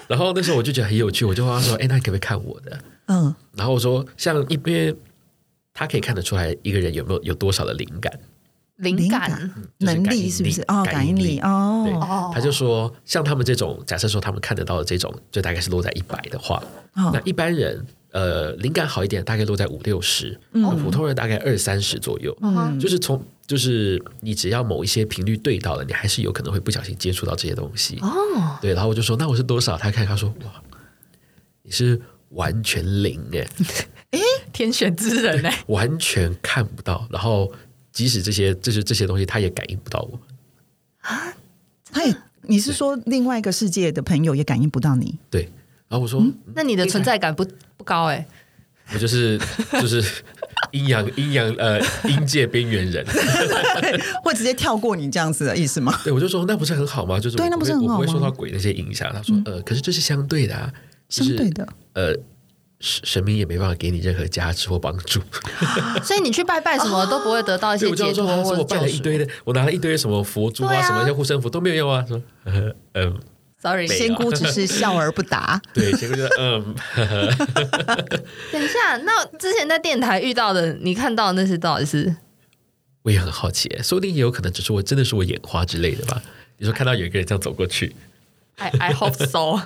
C: 然后那时候我就觉得很有趣，我就问他说：“哎、那你可不可以看我的
B: 嗯，？”
C: 然后我说：“像一边，他可以看得出来一个人有没有有多少的灵感，
A: 灵
B: 灵
A: 感
C: 就是
B: 能
C: 感应
B: 力是不是？哦，
C: 感
B: 感应力
C: 对
B: 哦，，
C: 他就说，像他们这种，假设说他们看得到的这种，就大概是落在一百的话，
B: 哦
C: 那一般人呃灵感好一点，大概落在五六十，那普通人大概二三十左右，
A: 嗯
C: 就是从就是你只要某一些频率对到了，你还是有可能会不小心接触到这些东西。
A: 哦，
C: 对，然后我就说那我是多少？他看他说哇，你是完全零哎，
A: 天选之人哎，
C: 完全看不到，然后。即使这些，就是这些东西，他也感应不到我。
B: 他也，你是说另外一个世界的朋友也感应不到你？
C: 对，然后我说，
A: [LAUGHS] 那你的存在感不不高哎，
C: 我就是 [LAUGHS] 就是阴阳阴阳呃阴界边缘人。
B: 会直接跳过你这样子的意思吗？
C: 对，我就说那不是很好吗？就是我
B: 对那不是很好吗嗯
C: 我不会受到鬼那些影响。他说呃，可是这是相对的啊，就是
B: 相对的，
C: 呃，神神明也没办法给你任何加持或帮助。
A: [LAUGHS] 所以你去拜拜什么都不会得到一
C: 所以
A: 些
C: 我就
A: 解
C: 说，他
A: 脱或
C: 说
A: 者
C: [LAUGHS] 我拜
A: 救
C: 了一
A: 赎。
C: 堆的，我拿了一堆什么佛珠
A: 对
C: 啊，
A: 啊
C: 什么一些护身符都没有用啊。说嗯嗯，
A: Sorry，
C: 没
B: 仙姑只是笑而不
C: [LAUGHS]
B: 答。
C: 对，结果就嗯， [LAUGHS]
A: 等一下，那之前在电台遇到的，你看到的那些到底是
C: 我也很好奇，说不定也有可能只是我真的是我眼花之类的吧。你说看到有一个人这样走过去，
A: I I hope so，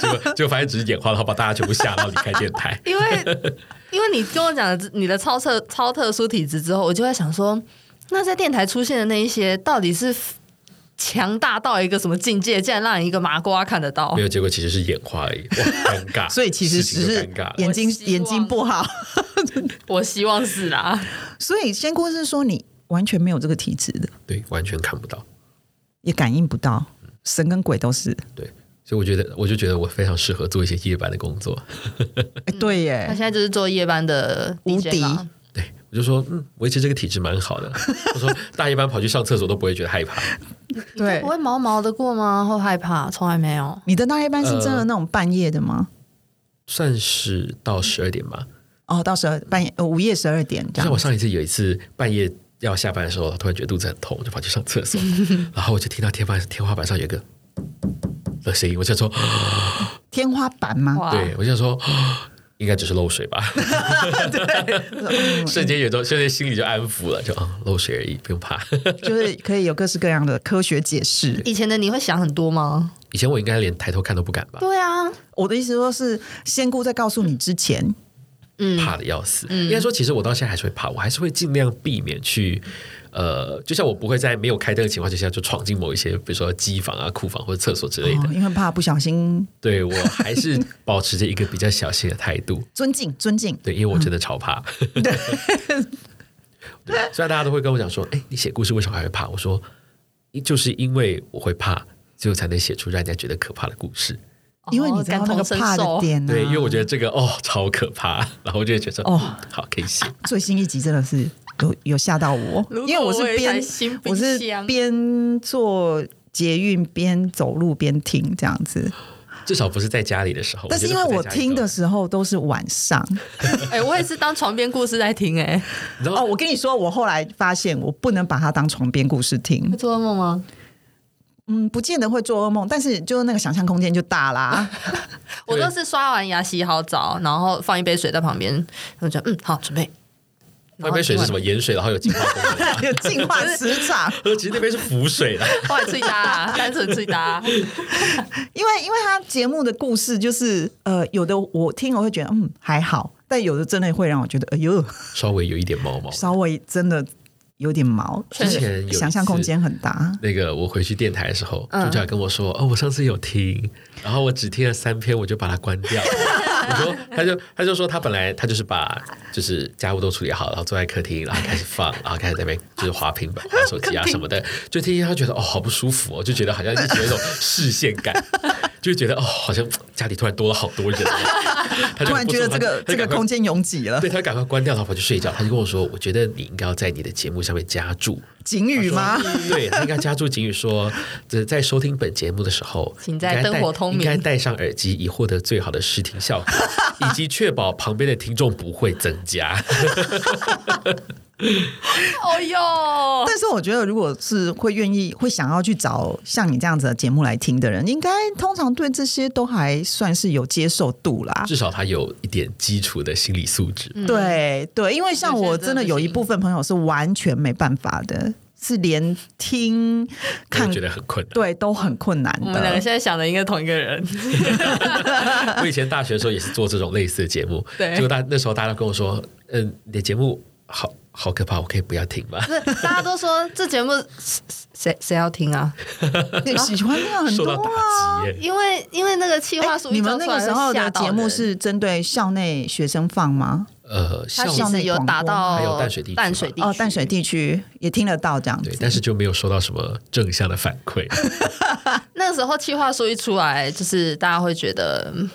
C: 结果 [LAUGHS] 结果发现只是眼花，然后把大家全部吓到离开电台。
A: 因为 [LAUGHS] 因为你跟我讲的你的超特超特殊体质之后，我就在想说，那在电台出现的那一些到底是强大到一个什么境界，竟然让一个麻瓜看得到
C: 没？有，结果其实是眼花而已，哇，尴尬。
B: 哦 [LAUGHS] 所以其实
C: 啊事情
B: 只
C: 就是尴尬了
B: 眼睛
A: 我希望啊
B: 眼睛不好， [LAUGHS]
A: 我希望是啦，
B: 所以仙姑是说你完全没有这个体质的，
C: 对，完全看不到。
B: 也感应不到，神跟鬼都是。
C: 对，所以我觉得，我就觉得我非常适合做一些夜班的工作。
B: 哎，对
A: 他
B: 耶
A: 现，在就是做夜班的
B: 无
A: DJ 嘛
B: 敌
C: 对，我就说，嗯，维持这个体质蛮好的。我说大夜班跑去上厕所都不会觉得害怕。
B: 对
A: 不，会毛毛的过吗？会害怕？从来没有。
B: 你的大夜班是真的那种半夜的吗？
C: 算是到十二点吧，
B: 哦，到十二半夜，呃，午夜十二点这
C: 像
B: 样
C: 我。上一次有一次半夜要下班的时候，突然觉得肚子很痛，我就跑去上
B: [LAUGHS]
C: 厕所，然后我就听到天花板天花板上有一个的声音，我就想说，
B: 天花板
C: [LAUGHS]
B: 吗？
A: 哇，
C: 对我就想说。应该只是漏水
B: [LAUGHS]
C: 吧， [LAUGHS] 瞬间有种，瞬间心里就安抚了，就啊、漏水而已，不用怕。
B: 就是可以有各式各样的科学解
C: [LAUGHS]
B: 释。
A: 以前的你会想很多吗？
C: 以前我应该连抬头看都不敢吧，
A: 对啊，
B: 我的意思说是，仙姑在告诉你之前，
A: 嗯，
C: 怕的要死。应该说，其实我到现在还是会怕，我还是会尽量避免去，呃，就像我不会在没有开灯的情况之下就闯进某一些，比如说机房啊、库房或者厕所之类的。
B: 哦因为怕不小心
C: 对我还是保持着一个比较小心的态度，
B: 尊敬尊敬。
C: 对，因为我真的超怕。对，虽然大家都会跟我讲说，哎，你写故事为什么还会怕？我说，就是因为我会怕，所以我才能写出让人家觉得可怕的故事。
B: 因为你知道
A: 哦感
B: 那
A: 同
B: 个
A: 身
B: 怕的
A: 受，
B: 点、啊，
C: 对，因为我觉得这个哦超可怕，然后我就会觉得
B: 哦
C: 哦好可以写。
B: 最新一集真的是有有吓到我，
A: 如果
B: 因为我是
A: 我有一台
B: 边
A: 新冰
B: 我是
A: 箱
B: 边做捷运边走路边听这样子，
C: 至少不是在家里的时候。
B: 但是
C: 觉
B: 因
C: 得
B: 为
C: 不在
B: 我
C: 家里
B: 听的
C: 时
B: 时候都是晚上
A: [LAUGHS] 哎、我也是当床边故事在听、哎，
C: 候，你知
B: 哦，
C: 道，
B: 我跟你说，我后来发现我不能把它当床边故事听
A: 会，做噩梦吗？
B: 嗯，不见得会做噩梦，但是就那个想象空间就大
A: [LAUGHS]
B: 啦。
A: 我都是刷完牙、洗好澡，然后放一杯水在旁边，我就嗯，好，准备。
C: 那杯水是
B: 哦
A: [LAUGHS]
C: 什么？
A: 然后
C: 盐水，然后有净化功能。
B: 有净化磁场，
C: [LAUGHS] 呃，其实那杯是浮水
B: [LAUGHS]
C: 啦。
A: 今晚？我最搭，单纯最搭。
B: 因为因为他节目的故事就是呃，有的我听我会觉得嗯还好，但有的真的会让我觉得哎呦，
C: 稍微有一点毛毛。
B: 稍微真的有点毛，
A: 确
B: 就
A: 实
B: 是
C: 有一
B: 想象空
C: 次
B: 间很大。
C: 那个我回去电台的时候，
A: 嗯
C: 主角跟我说：“哦，我上次有听，然后我只听了三篇，我就把它关
B: [LAUGHS]
C: 掉。”我说：“他就他就说他本来他就是把就是家务都处理好，然后坐在客厅，然后开始
B: [LAUGHS]
C: 放，然后开始在那边就是滑平板、滑手机啊什么的，就听一听他觉得哦好不舒服哦，就觉得好像一直有一种视线
B: [LAUGHS]
C: 感，就觉得哦好像家里突然多了好多人哦，他就
B: 突然
C: 不
B: 觉得这
C: 说
B: 个
C: 他
B: 这
C: 他就
B: 个
C: 赶快
B: 空间拥挤了
C: 对，他赶快关掉，然后跑去睡觉。他就跟我说：“我觉得你应该要在你的节目上面加注。”
B: 警语吗？
C: 对，他应该加注警语说， [LAUGHS] 这在收听本节目的时候，
A: 请在
C: 应该戴
A: 灯火通明
C: 应该戴上耳机以获得最好的视
A: [LAUGHS]
C: 听效果，以及确保旁边的听众不会增加。
A: 哦哟，
B: [LAUGHS] 但是我觉得，如果是会愿意、会想要去找像你这样子的节目来听的人，应该通常对这些都还算是有接受度啦。
C: 至少他有一点基础的心理素质。
A: 嗯
B: 对对，因为像
A: 有些
B: 我
A: 真的
B: 真的有
A: 不
B: 一
A: 行
B: 部分朋友是完全没办法的，是连听
C: 我
B: 看
C: 觉得很困难。
B: 对都很困难
A: 我们两个
B: 的。
A: 现在想的应该同一个人，
C: 我以前大学的时候也是做这种类似的节目，
A: 对
C: 结果大那时候大家都跟我说：“嗯，你的节目好好可怕，我可以不要听吗
A: 不是大家都说这节目谁谁谁要听啊？
B: 对， [LAUGHS] 喜欢的？”很
C: 受
B: 多
C: 到
B: 啊。
C: 打击耶。
A: 因为因为那个企划
B: 哎
A: 书一
B: 你们
A: 交
B: 那
A: 出来
B: 个时候
A: 会吓
B: 的
A: 到
B: 节目
A: 人
B: 是针对校内学生放吗？
C: 呃，
A: 它
C: 效
A: 其实有打
C: 还
A: 到
C: 有淡水地区
A: 淡水地
B: 哦，淡水地区也听得到这样
C: 对
B: 子，。
C: 但是就没有收到什么正向的反馈。
A: 那时候企划书一出来，就是大家会觉得嗯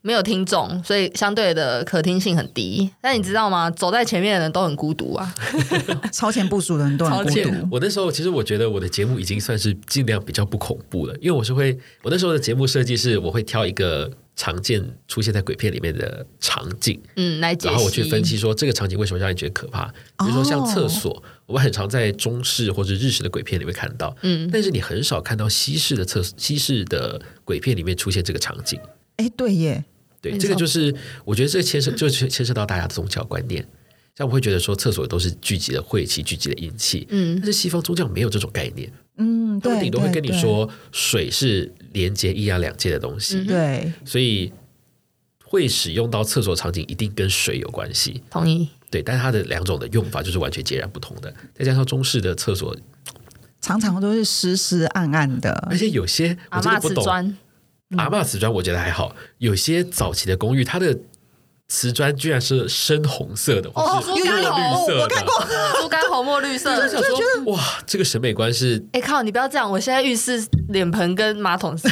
A: 没有听众，所以相对的可听性很低。但你知道吗？走在前面的人都很孤独啊。
B: 超前部署的很多人
A: 超
B: 孤
A: 前
B: 独。
C: 我那时候其实我觉得我的节目已经算是尽量比较不恐怖了，因为我是会，我那时候的节目设计是我会挑一个常见出现在鬼片里面的场景，
A: 嗯，来解析。
C: 然后我去分析说这个场景为什么让你觉得可怕。
A: 哦
C: 比如说像厕所，我们很常在中式或者日式的鬼片里面看到，嗯，但是你很少看到西式的厕西式的鬼片里面出现这个场景。
B: 哎，对耶，
C: 对，
A: 没
C: 这个
A: 错
C: 就是我觉得这牵涉就牵牵涉到大家的宗教观念。像我会觉得说，厕所都是聚集了晦气，聚集了阴气。嗯，但是西方宗教没有这种概念，
B: 嗯，
C: 他们
B: 对，
C: 顶多会
B: 对
C: 跟你，说水是连接一阳两界的东西，
B: 对对，
C: 所以会使用到厕所场景一定跟水有关系。
A: 同意。
C: 对，但是它的两种的用法就是完全截然不同的。再加上中式的厕所，
B: 常常都是湿湿暗暗的
C: 而，且有些
A: 啊
C: 我
A: 阿
C: 真
A: 妈
C: 的不
A: 瓷
C: 懂，
A: 砖，
C: 阿嬷瓷砖我觉得还好，有些早期的公寓它的瓷砖居然是深红色的，或
A: 哦
C: 是
A: 猪
C: 墨绿
A: 肝红
C: 色的。
B: 我看过，
A: 猪肝红墨绿色。
C: 我想说，哇，这个审美观是，
A: 哎、靠！你不要这样，我现在浴室脸盆跟马桶是，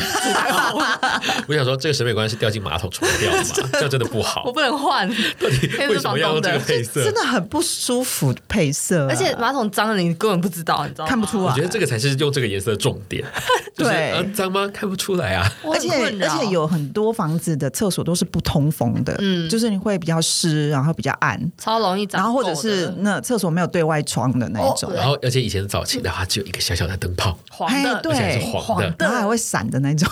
C: 我想说，这个审美观是掉进马桶冲掉的嘛？这样真的不好
A: 我。不能换，
C: 到
A: [LAUGHS]
C: 底
A: 因为
C: 为
A: 是
C: 什么
A: 房
C: 要用
A: 东
C: 这个
A: 的。
C: 配色？
B: 真的很不舒服的配色啊，
A: 而且马桶脏了，你根本不知道，你知道吗
B: 看不出
C: 我
B: 来
C: 觉。得这个才是用这个颜色的重
B: [LAUGHS]
C: 点。就是
B: 对
C: 呃脏吗？看不出来啊。
A: 我
B: 而
A: 哦很
B: 且
A: 困
B: 而
A: 扰
B: 且有很多房子的厕所都是不通风的，嗯，就是你会比较湿，然后比较暗，
A: 超容易长
B: 然
A: 垢的，
B: 后或者是那厕所没有对外窗的那一种
A: 哦，对
C: 然后，而且以前早期的话，只有一个小小的灯泡，
A: 黄
B: 哎
A: 的，
C: 而且
B: 对
C: 还是黄的。
B: 然后还会闪的那种。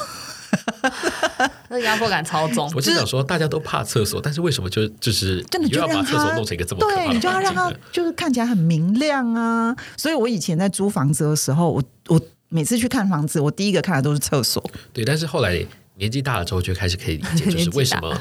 A: 那压迫感超重。
C: 我就想说，大家都怕厕所，但是为什么就就是
B: 真的
C: 你
B: 就
C: 又要把
B: 让
C: 厕所
B: 它
C: 弄成一个这么可怕
B: 对，
C: 的
B: 你就要让
C: 环
B: 它
C: 境呢
B: 就是看起来很明亮啊。所以我以前在租房子的时候，我我每次去看房子，我第一个看的都是厕所。
C: 对，但是后来年纪大了之后，就开始可以理解，就
A: 年纪
B: [LAUGHS]
C: 是
A: 大
C: 为什么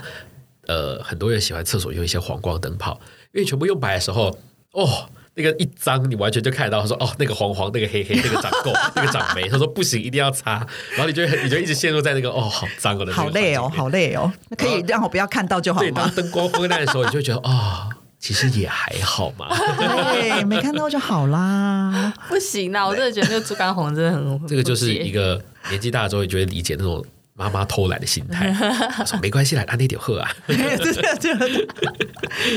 C: 呃很多人喜欢厕所用一些黄光灯泡，因为全部用白的时候，哦。那个一脏，你完全就看得到。他说：“哦，那个黄黄，那个黑黑，那个长垢， [LAUGHS] 那个长霉。”他说：“不行，一定要擦。”然后你就会你就一直陷入在那个“哦，好脏哦”的那个
B: 好累哦
C: 环，境里面
B: 好累哦，可以让我不要看到就好
C: 对，
B: 吗
C: [LAUGHS] 当？灯光昏暗的时候，你就会觉得哦，其实也还好
B: [LAUGHS]
C: 嘛。
B: 对，没看到就好
C: [LAUGHS]
B: 啦。 [LAUGHS]
A: 不行啦，我真的觉得那个猪肝红真的很
C: 这个就是一
A: 个
C: 个年纪大之后，你就会理解那种妈妈偷懒的心态。她说没关系啦，按那点喝啊。
B: 真的真的，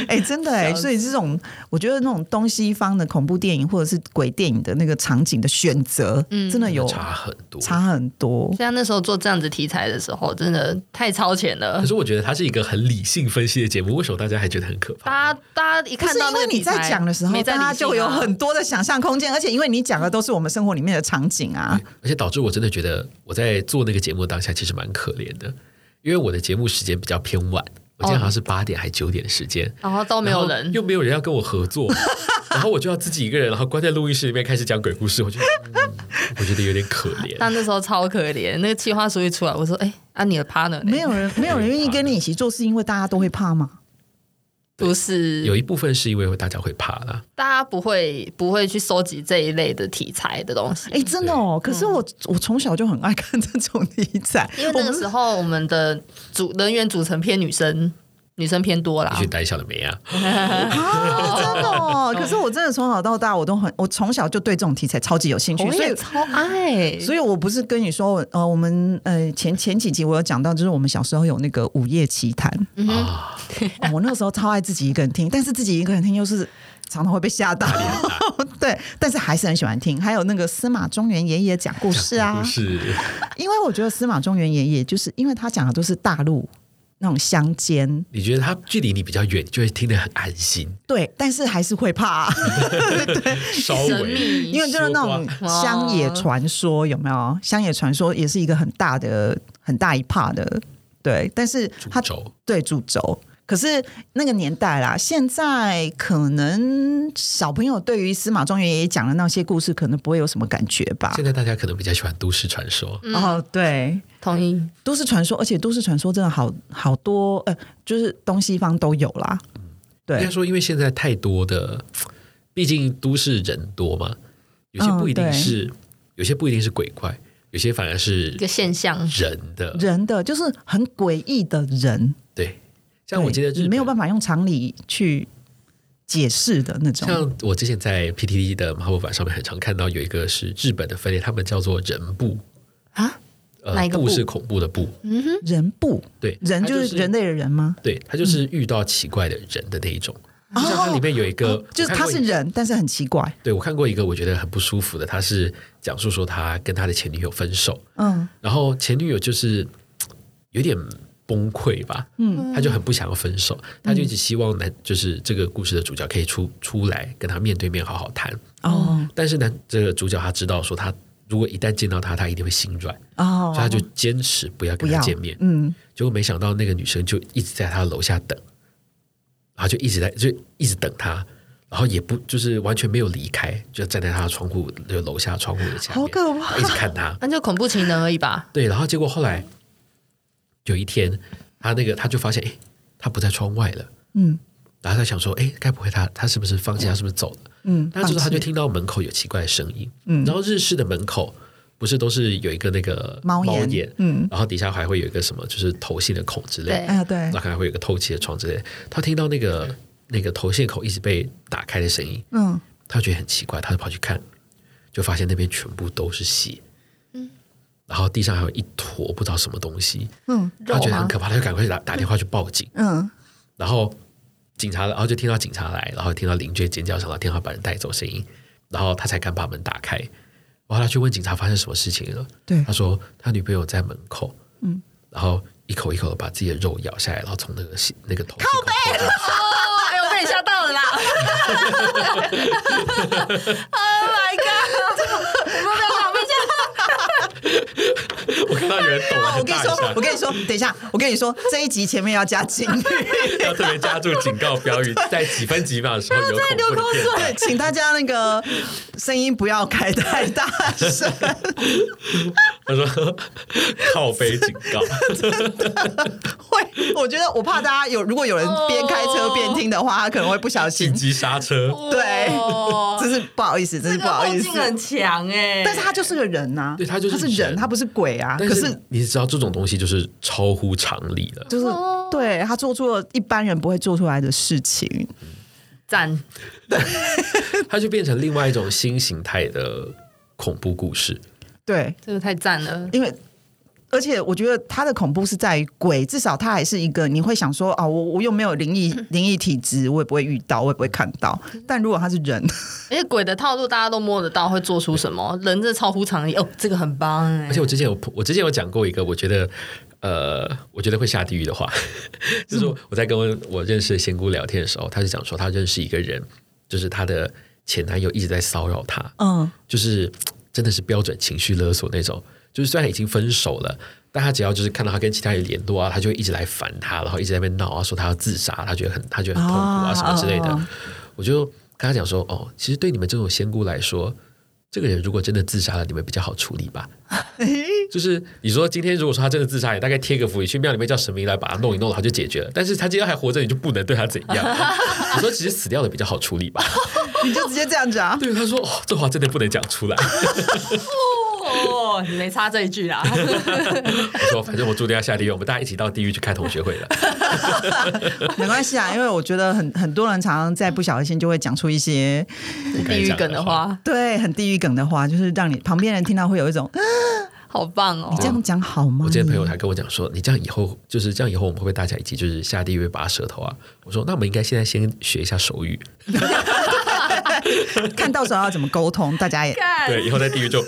B: 哎，真的哎，所以这种我觉得那种东西方的恐怖电影或者是鬼电影的那个场景的选择，真的有
C: 差很多。
B: 差很多。
A: 像那时候做这样子题材的时候，真的太超前了
C: 可。是我觉得它是一个很理性分析的节目，为什么大家还觉得很可
A: 大
C: 怕？
A: 家大家一
B: 不
A: 看
B: 是
A: 到
B: 因
A: 那
B: 为
A: 个
B: 你
A: 题材
B: 在讲的时候，
A: 没在
B: 大
A: 理性
B: 家
A: 啊
B: 就有很多的想象空间，而且因为你讲的都是我们生活里面的场景啊，
C: 而且导致我真的觉得我在做那个节目当下其实蛮可怜的，因为我的节目时间比较偏晚，我
B: 哦
C: 记得好像是八点还九点的时间，
A: 然后哦都没有人
C: 然后，又没有人要跟我
A: [LAUGHS]
C: 合作，然后我就要自己一个人，然后关在录音室里面开始讲鬼故事，我就、嗯、我觉得有点可怜。
A: [LAUGHS] 但那时候超可怜。那个企划书一出来，我说：“哎、啊你的 partner 呢
B: 没有人没有人愿意跟你一起做，是因为大家都会怕吗？
A: 不是
C: 有一部分是因为大家会怕啦，
A: 大家不会不会去收集这一类的题材的东西。
B: 哎、真的哦！可是我、我从小就很爱看这种题材，
A: 嗯 [LAUGHS] 因为那
B: 我
A: 个
B: 不是
A: 时候我们的组人员组成偏女生，女生偏多啦
C: 一。群胆小的
A: [LAUGHS]
C: 梅啊，
B: 啊，真的哦！
A: 嗯
B: 可是我真的从小到大，我都很，我从小就对这种题材哦超级有兴趣，
A: 我
B: 所
A: 也
B: 以。
A: 超爱，
B: 所以我不是跟你说，呃，我们呃前前几集我有讲到，就是我们小时候有那个午夜奇谈、
A: 嗯 [LAUGHS]
B: 哦我那个时候超爱自己一个人听，但是自己一个人听又是常常会被吓
A: [LAUGHS]
B: 到，对，但是还是很喜欢听。还有那个司马中原爷爷讲故事啊
C: 不，是
B: 因为我觉得司马中原爷爷就是因为他讲的都是大陆那种乡间，
C: 你觉得它距离你比较远，你就会听得很安心，
B: 对，但是还是会怕、啊
C: 稍
A: 神
C: 微
A: 秘
B: 因为就是那种乡野传说，有没有？乡野传说也是一个很大的、很大一帕的，对。但是它
C: 轴
B: 对主轴，可是那个年代啦，现在可能小朋友对于司马中原爷爷讲的那些故事，可能不会有什么感觉吧
C: 现。在大家可能比较喜欢都市传说，
B: 哦，对，
A: 同意。
B: 都市传说，而且都市传说真的好好多，呃，就是东西方都有啦。
C: 应
B: 对
C: 该，说因为现在太多的，毕竟都市人多嘛，有些
B: 嗯
C: 不一定
B: 对
C: 是，有些不一定是鬼怪，有些反而是
A: 一个现象，
C: 人的，
B: 人的就是很诡异的人，
C: 对。像我
B: 对
C: 记得日
B: 你
C: 本
B: 没有办法用常理去解释的那种。
C: 像我之前在 PTT 的马博版上面很常看到有一个是日本的分类，他们叫做人部
A: 啊，
C: 呃，
A: 哪一个部
C: 是恐怖的部，
B: 人不
C: 对，
B: 嗯人
C: 它
B: 就
C: 就是
B: 人，类嗯的人吗？
C: 对，他就是遇到奇怪的人的那一种。就像它里面有一个，
B: 哦就是他是
C: 人。
B: 人，但是很奇怪。
C: 对我看过一个我觉得很不舒服的，他是讲述说他跟他的前女友分手，
B: 嗯，
C: 然后前女友就是嘖有点崩溃吧，嗯，他就很不想要分手，
B: 嗯
C: 他就一直希望男就是这个故事的主角可以出出来跟他面对面好好谈，
B: 哦
C: 但是呢，这个主角他知道说他如果一旦见到他，他一定会心软，
B: 哦
C: 所以他就坚持不要
B: 不
C: 跟他
B: 要
C: 见面，
B: 嗯，
C: 结果没想到那个女生就一直在他楼下等，然后就一直在就一直等他，然后也不就是完全没有离开，就站在他的窗户就楼下窗户的下面，
B: 好可怕
C: 一直看他。
A: 那就恐怖情人而已吧。
C: 对，然后结果后来有一天，他那个他就发现，哎，他不在窗外了，
B: 嗯，
C: 然后他想说，哎，该不会他他是不是放弃，他是不是走了？
B: 嗯，
C: 但就是他
B: 放
C: 就
B: 弃嗯
C: 听到门口有奇怪的声音，然后日式的门口不是都是有一个那个
B: 猫眼嗯
C: 嗯，然后底下还会有一个什么，就是头线的孔之类的，
A: 对
B: 哎呀，对
C: 那，可能会有一个透气的窗之类的。他听到那个那个头线口一直被打开的声音，
B: 嗯，
C: 他觉得很奇怪，他就跑去看，就发现那边全部都是血，嗯，然后地上还有一坨不知道什么东西，
B: 嗯
C: 他觉
A: 肉
C: 得
A: 吗
C: 很可怕，他就赶快打打电话去报警， [LAUGHS]
B: 嗯，
C: 然后警察，然后就听到警察来，然后听到邻居的尖叫声，然后听到把人带走声音，然后他才敢把门打开。然后他去问警察发生什么事情了，
B: 对
C: 他说他女朋友在门口，嗯，然后一口一口的把自己的肉咬下来，然后从那个那个头靠背，
A: 哦，哎，我被你吓到了啦！Oh my god！我们不要讲，被吓
C: [LAUGHS] 我看到有人抖了
B: 我
C: 很
B: 跟你
C: 大一
B: 说，
C: 下
B: 我，跟你说，等一下，我跟你说，这一集前面要加警语，
C: 要特别加注警告标语，在几分几秒的时候有恐
A: 流
C: 怖
A: 口
C: 的片
B: 对，
C: 段。
B: [LAUGHS] 请大家那个声音不要开太大
C: [LAUGHS]
B: 声。
C: 他说 [LAUGHS] 靠背警告， [LAUGHS]
B: 会，我觉得我怕大家有，如果有人边开车边听的话，他可能会不小心
C: 紧。哦急刹
B: [LAUGHS]
C: 车，
A: 到。
B: 对
A: 哇
B: [LAUGHS] 真是不好意思，真
A: 这
B: 是
A: 个
B: 不好
A: 后
B: 意思
A: 劲。很强哎，
B: [LAUGHS] 但是他就是个人呐、
C: 对他就是
B: 他是人，
C: 人
B: 他不是鬼啊。
C: 但
B: 可
C: 是
B: 是
C: 你知道这种东西就是超乎常理的，
B: 就是
C: 哦
B: 对他做出了一般人不会做出来的事情。
A: 赞，
C: 它就变成另外一种新形态的恐怖故事。
B: 对，
A: 这个太赞了。
B: 因为而且我觉得他的恐怖是在于鬼，至少他还是一个你会想说哦，我我又没有灵异灵异体质，我也不会遇到，我也不会看到。但如果他是人，
A: 而且鬼的套路大家都摸得到，会做出什么？人这超乎常理哦，这个很棒哎
C: 而。且我之前有我之前有讲过一个，我觉得呃，我觉得会下地狱的话，就是我在跟我我认识的仙姑聊天的时候，她就讲说她认识一个人，就是她的前男友一直在骚扰她，
B: 嗯，
C: 就是嘖呃真的是标准情绪勒索那种。就是虽然已经分手了，但他只要就是看到他跟其他人联络啊，他就会一直来烦他，然后一直在那边闹啊，说他要自杀，他觉得很他觉得很痛苦啊
B: 哦
C: 什么之类的。
B: 哦
C: 我就跟他讲说，哦，其实对你们这种仙姑来说，这个人如果真的自杀了，你们比较好处理吧。就是你说今天如果说他真的自杀，你大概贴个符，你去庙里面叫神明来把他弄一弄，他就解决了。但是他今天还活着，你就不能对他怎样。你说其实死掉的比较好处理吧？
B: 你就直接这样啊讲。
C: 对，他说哦，这话真的不能讲出来。
A: 哦，你没插这一句啦。
C: 我说反正我注定要下地狱，我们大家一起到地狱去开同学会了。
B: 没关系啊，因为我觉得很很多人常常在不小心就会讲出一些
A: [LAUGHS] 地狱梗的话，
B: 对很地狱梗的话，就是让你旁边人听到会有一种啊
A: 好棒哦
B: 你！这样讲好吗？
C: 哦我之前朋友还跟我讲说，你这样以后就是这样，以后我们会不会大家一起就是下地狱拔舌头啊？我说那我们应该现在先学一下手语，
B: 看到时候要怎么沟通，大家也
A: 干
C: 对，以后在地狱就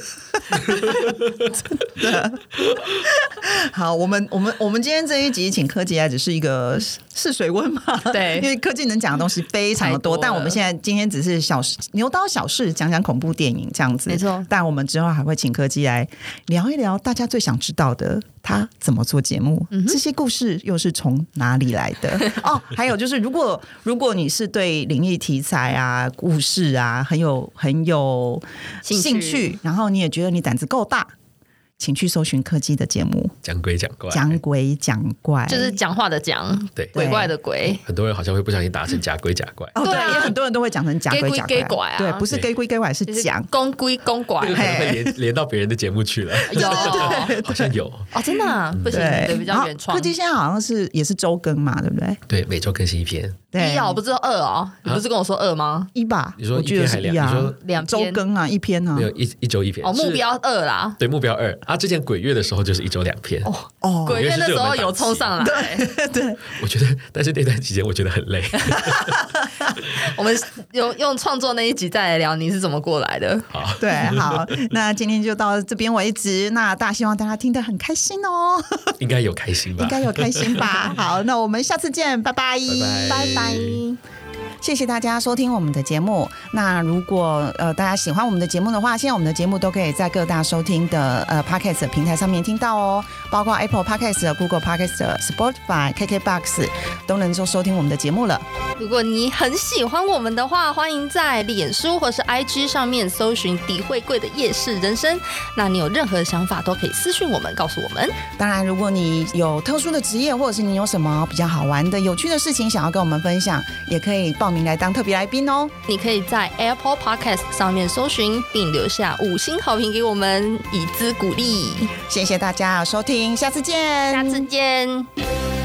B: [LAUGHS] 好。我们我们我们今天这一集请柯吉来，只是一个试水温嘛，
A: [LAUGHS] 对
B: 因为科技能讲的东西非常的多，
A: 太多了
B: 但我们现在今天只是小事牛刀小事，讲讲恐怖电影这样子，
A: 没错
B: 但我们之后还会请科技来聊一聊大家最想知道的，他怎么做节目，
A: 嗯
B: 这些故事又是从哪里来
A: [LAUGHS]
B: 的？哦，还有就是，如果如果你是对灵异题材啊、故事啊很有很有
A: 兴趣
B: 然后你也觉得你胆子够大。请去搜寻柯基的节目
C: 讲鬼讲怪
B: 《讲鬼讲怪》，
A: 就是讲话的讲，
C: 对。
A: 鬼怪的鬼，
C: 很多人好像会不小心打成假鬼假怪，
B: 哦，对，
A: 对啊
B: 也很多人都会讲成假
A: 假
B: 鬼
A: 鬼
B: 假
A: 假鬼
B: 怪，
A: 啊
B: 对，不是
C: 对
B: gay 鬼 gay 怪是
A: 就是
B: 讲。
A: 公龟公拐
C: 这个可能会连连到别人的节目去了，
A: 有
C: 好像有
A: 哦，真的啊不行，
B: 对
A: 对，比较原创
B: 科。技现在好像是也是周更嘛，对不对？
C: 对，每周更新一篇。
B: 对，
A: 一啊，我不知道二哦，你不是跟我说二吗？
B: 一吧？
C: 你说
B: 我
C: 一
B: 记得
C: 篇还
B: 是一
C: 两？你
B: 啊
C: 说，
A: 两
B: 周
A: 篇
B: 更啊，一篇啊
C: 没，有一一周一篇
A: 嗯哦，目
C: 是
A: 标二啦。
C: 对目标二啊，之前鬼月的时候就是一周两篇。
A: 哦，
B: 哦，
A: 鬼月那时候有冲上来，
C: 我觉得，但是那段期间我觉得很
A: [LAUGHS]
C: 累，
A: 我们用用创作那一集再来聊你是怎么过来的。
B: 对，好，那今天就到这边为止。那大家希望大家听得很开心哦，
C: 应该有开心吧？
B: 应该有开心
C: [LAUGHS]
B: 吧？好，那我们下次见，拜拜，
C: 拜拜
B: 谢谢大家收听我们的节目。那如果呃大家喜欢我们的节目的话，现在我们的节目都可以在各大收听的呃 Podcast 平台上面听到哦，包括 Apple Podcast、Google Podcast、Spotify、KKBox 都能够收听我们的节目了。
A: 如果你很喜欢我们的话，欢迎在脸书或是 IG 上面搜寻“底会贵的夜市人生”。那你有任何想法都可以私讯我们，告诉我们。
B: 当然，如果你有特殊的职业，或者是你有什么比较好玩的、有趣的事情想要跟我们分享，也可以报名来当特别来宾哦。
A: 你可以在 Apple Podcast 上面搜寻，并留下五星好评给我们，以资鼓励。
B: 谢谢大家的收听，下次见，
A: 下次见。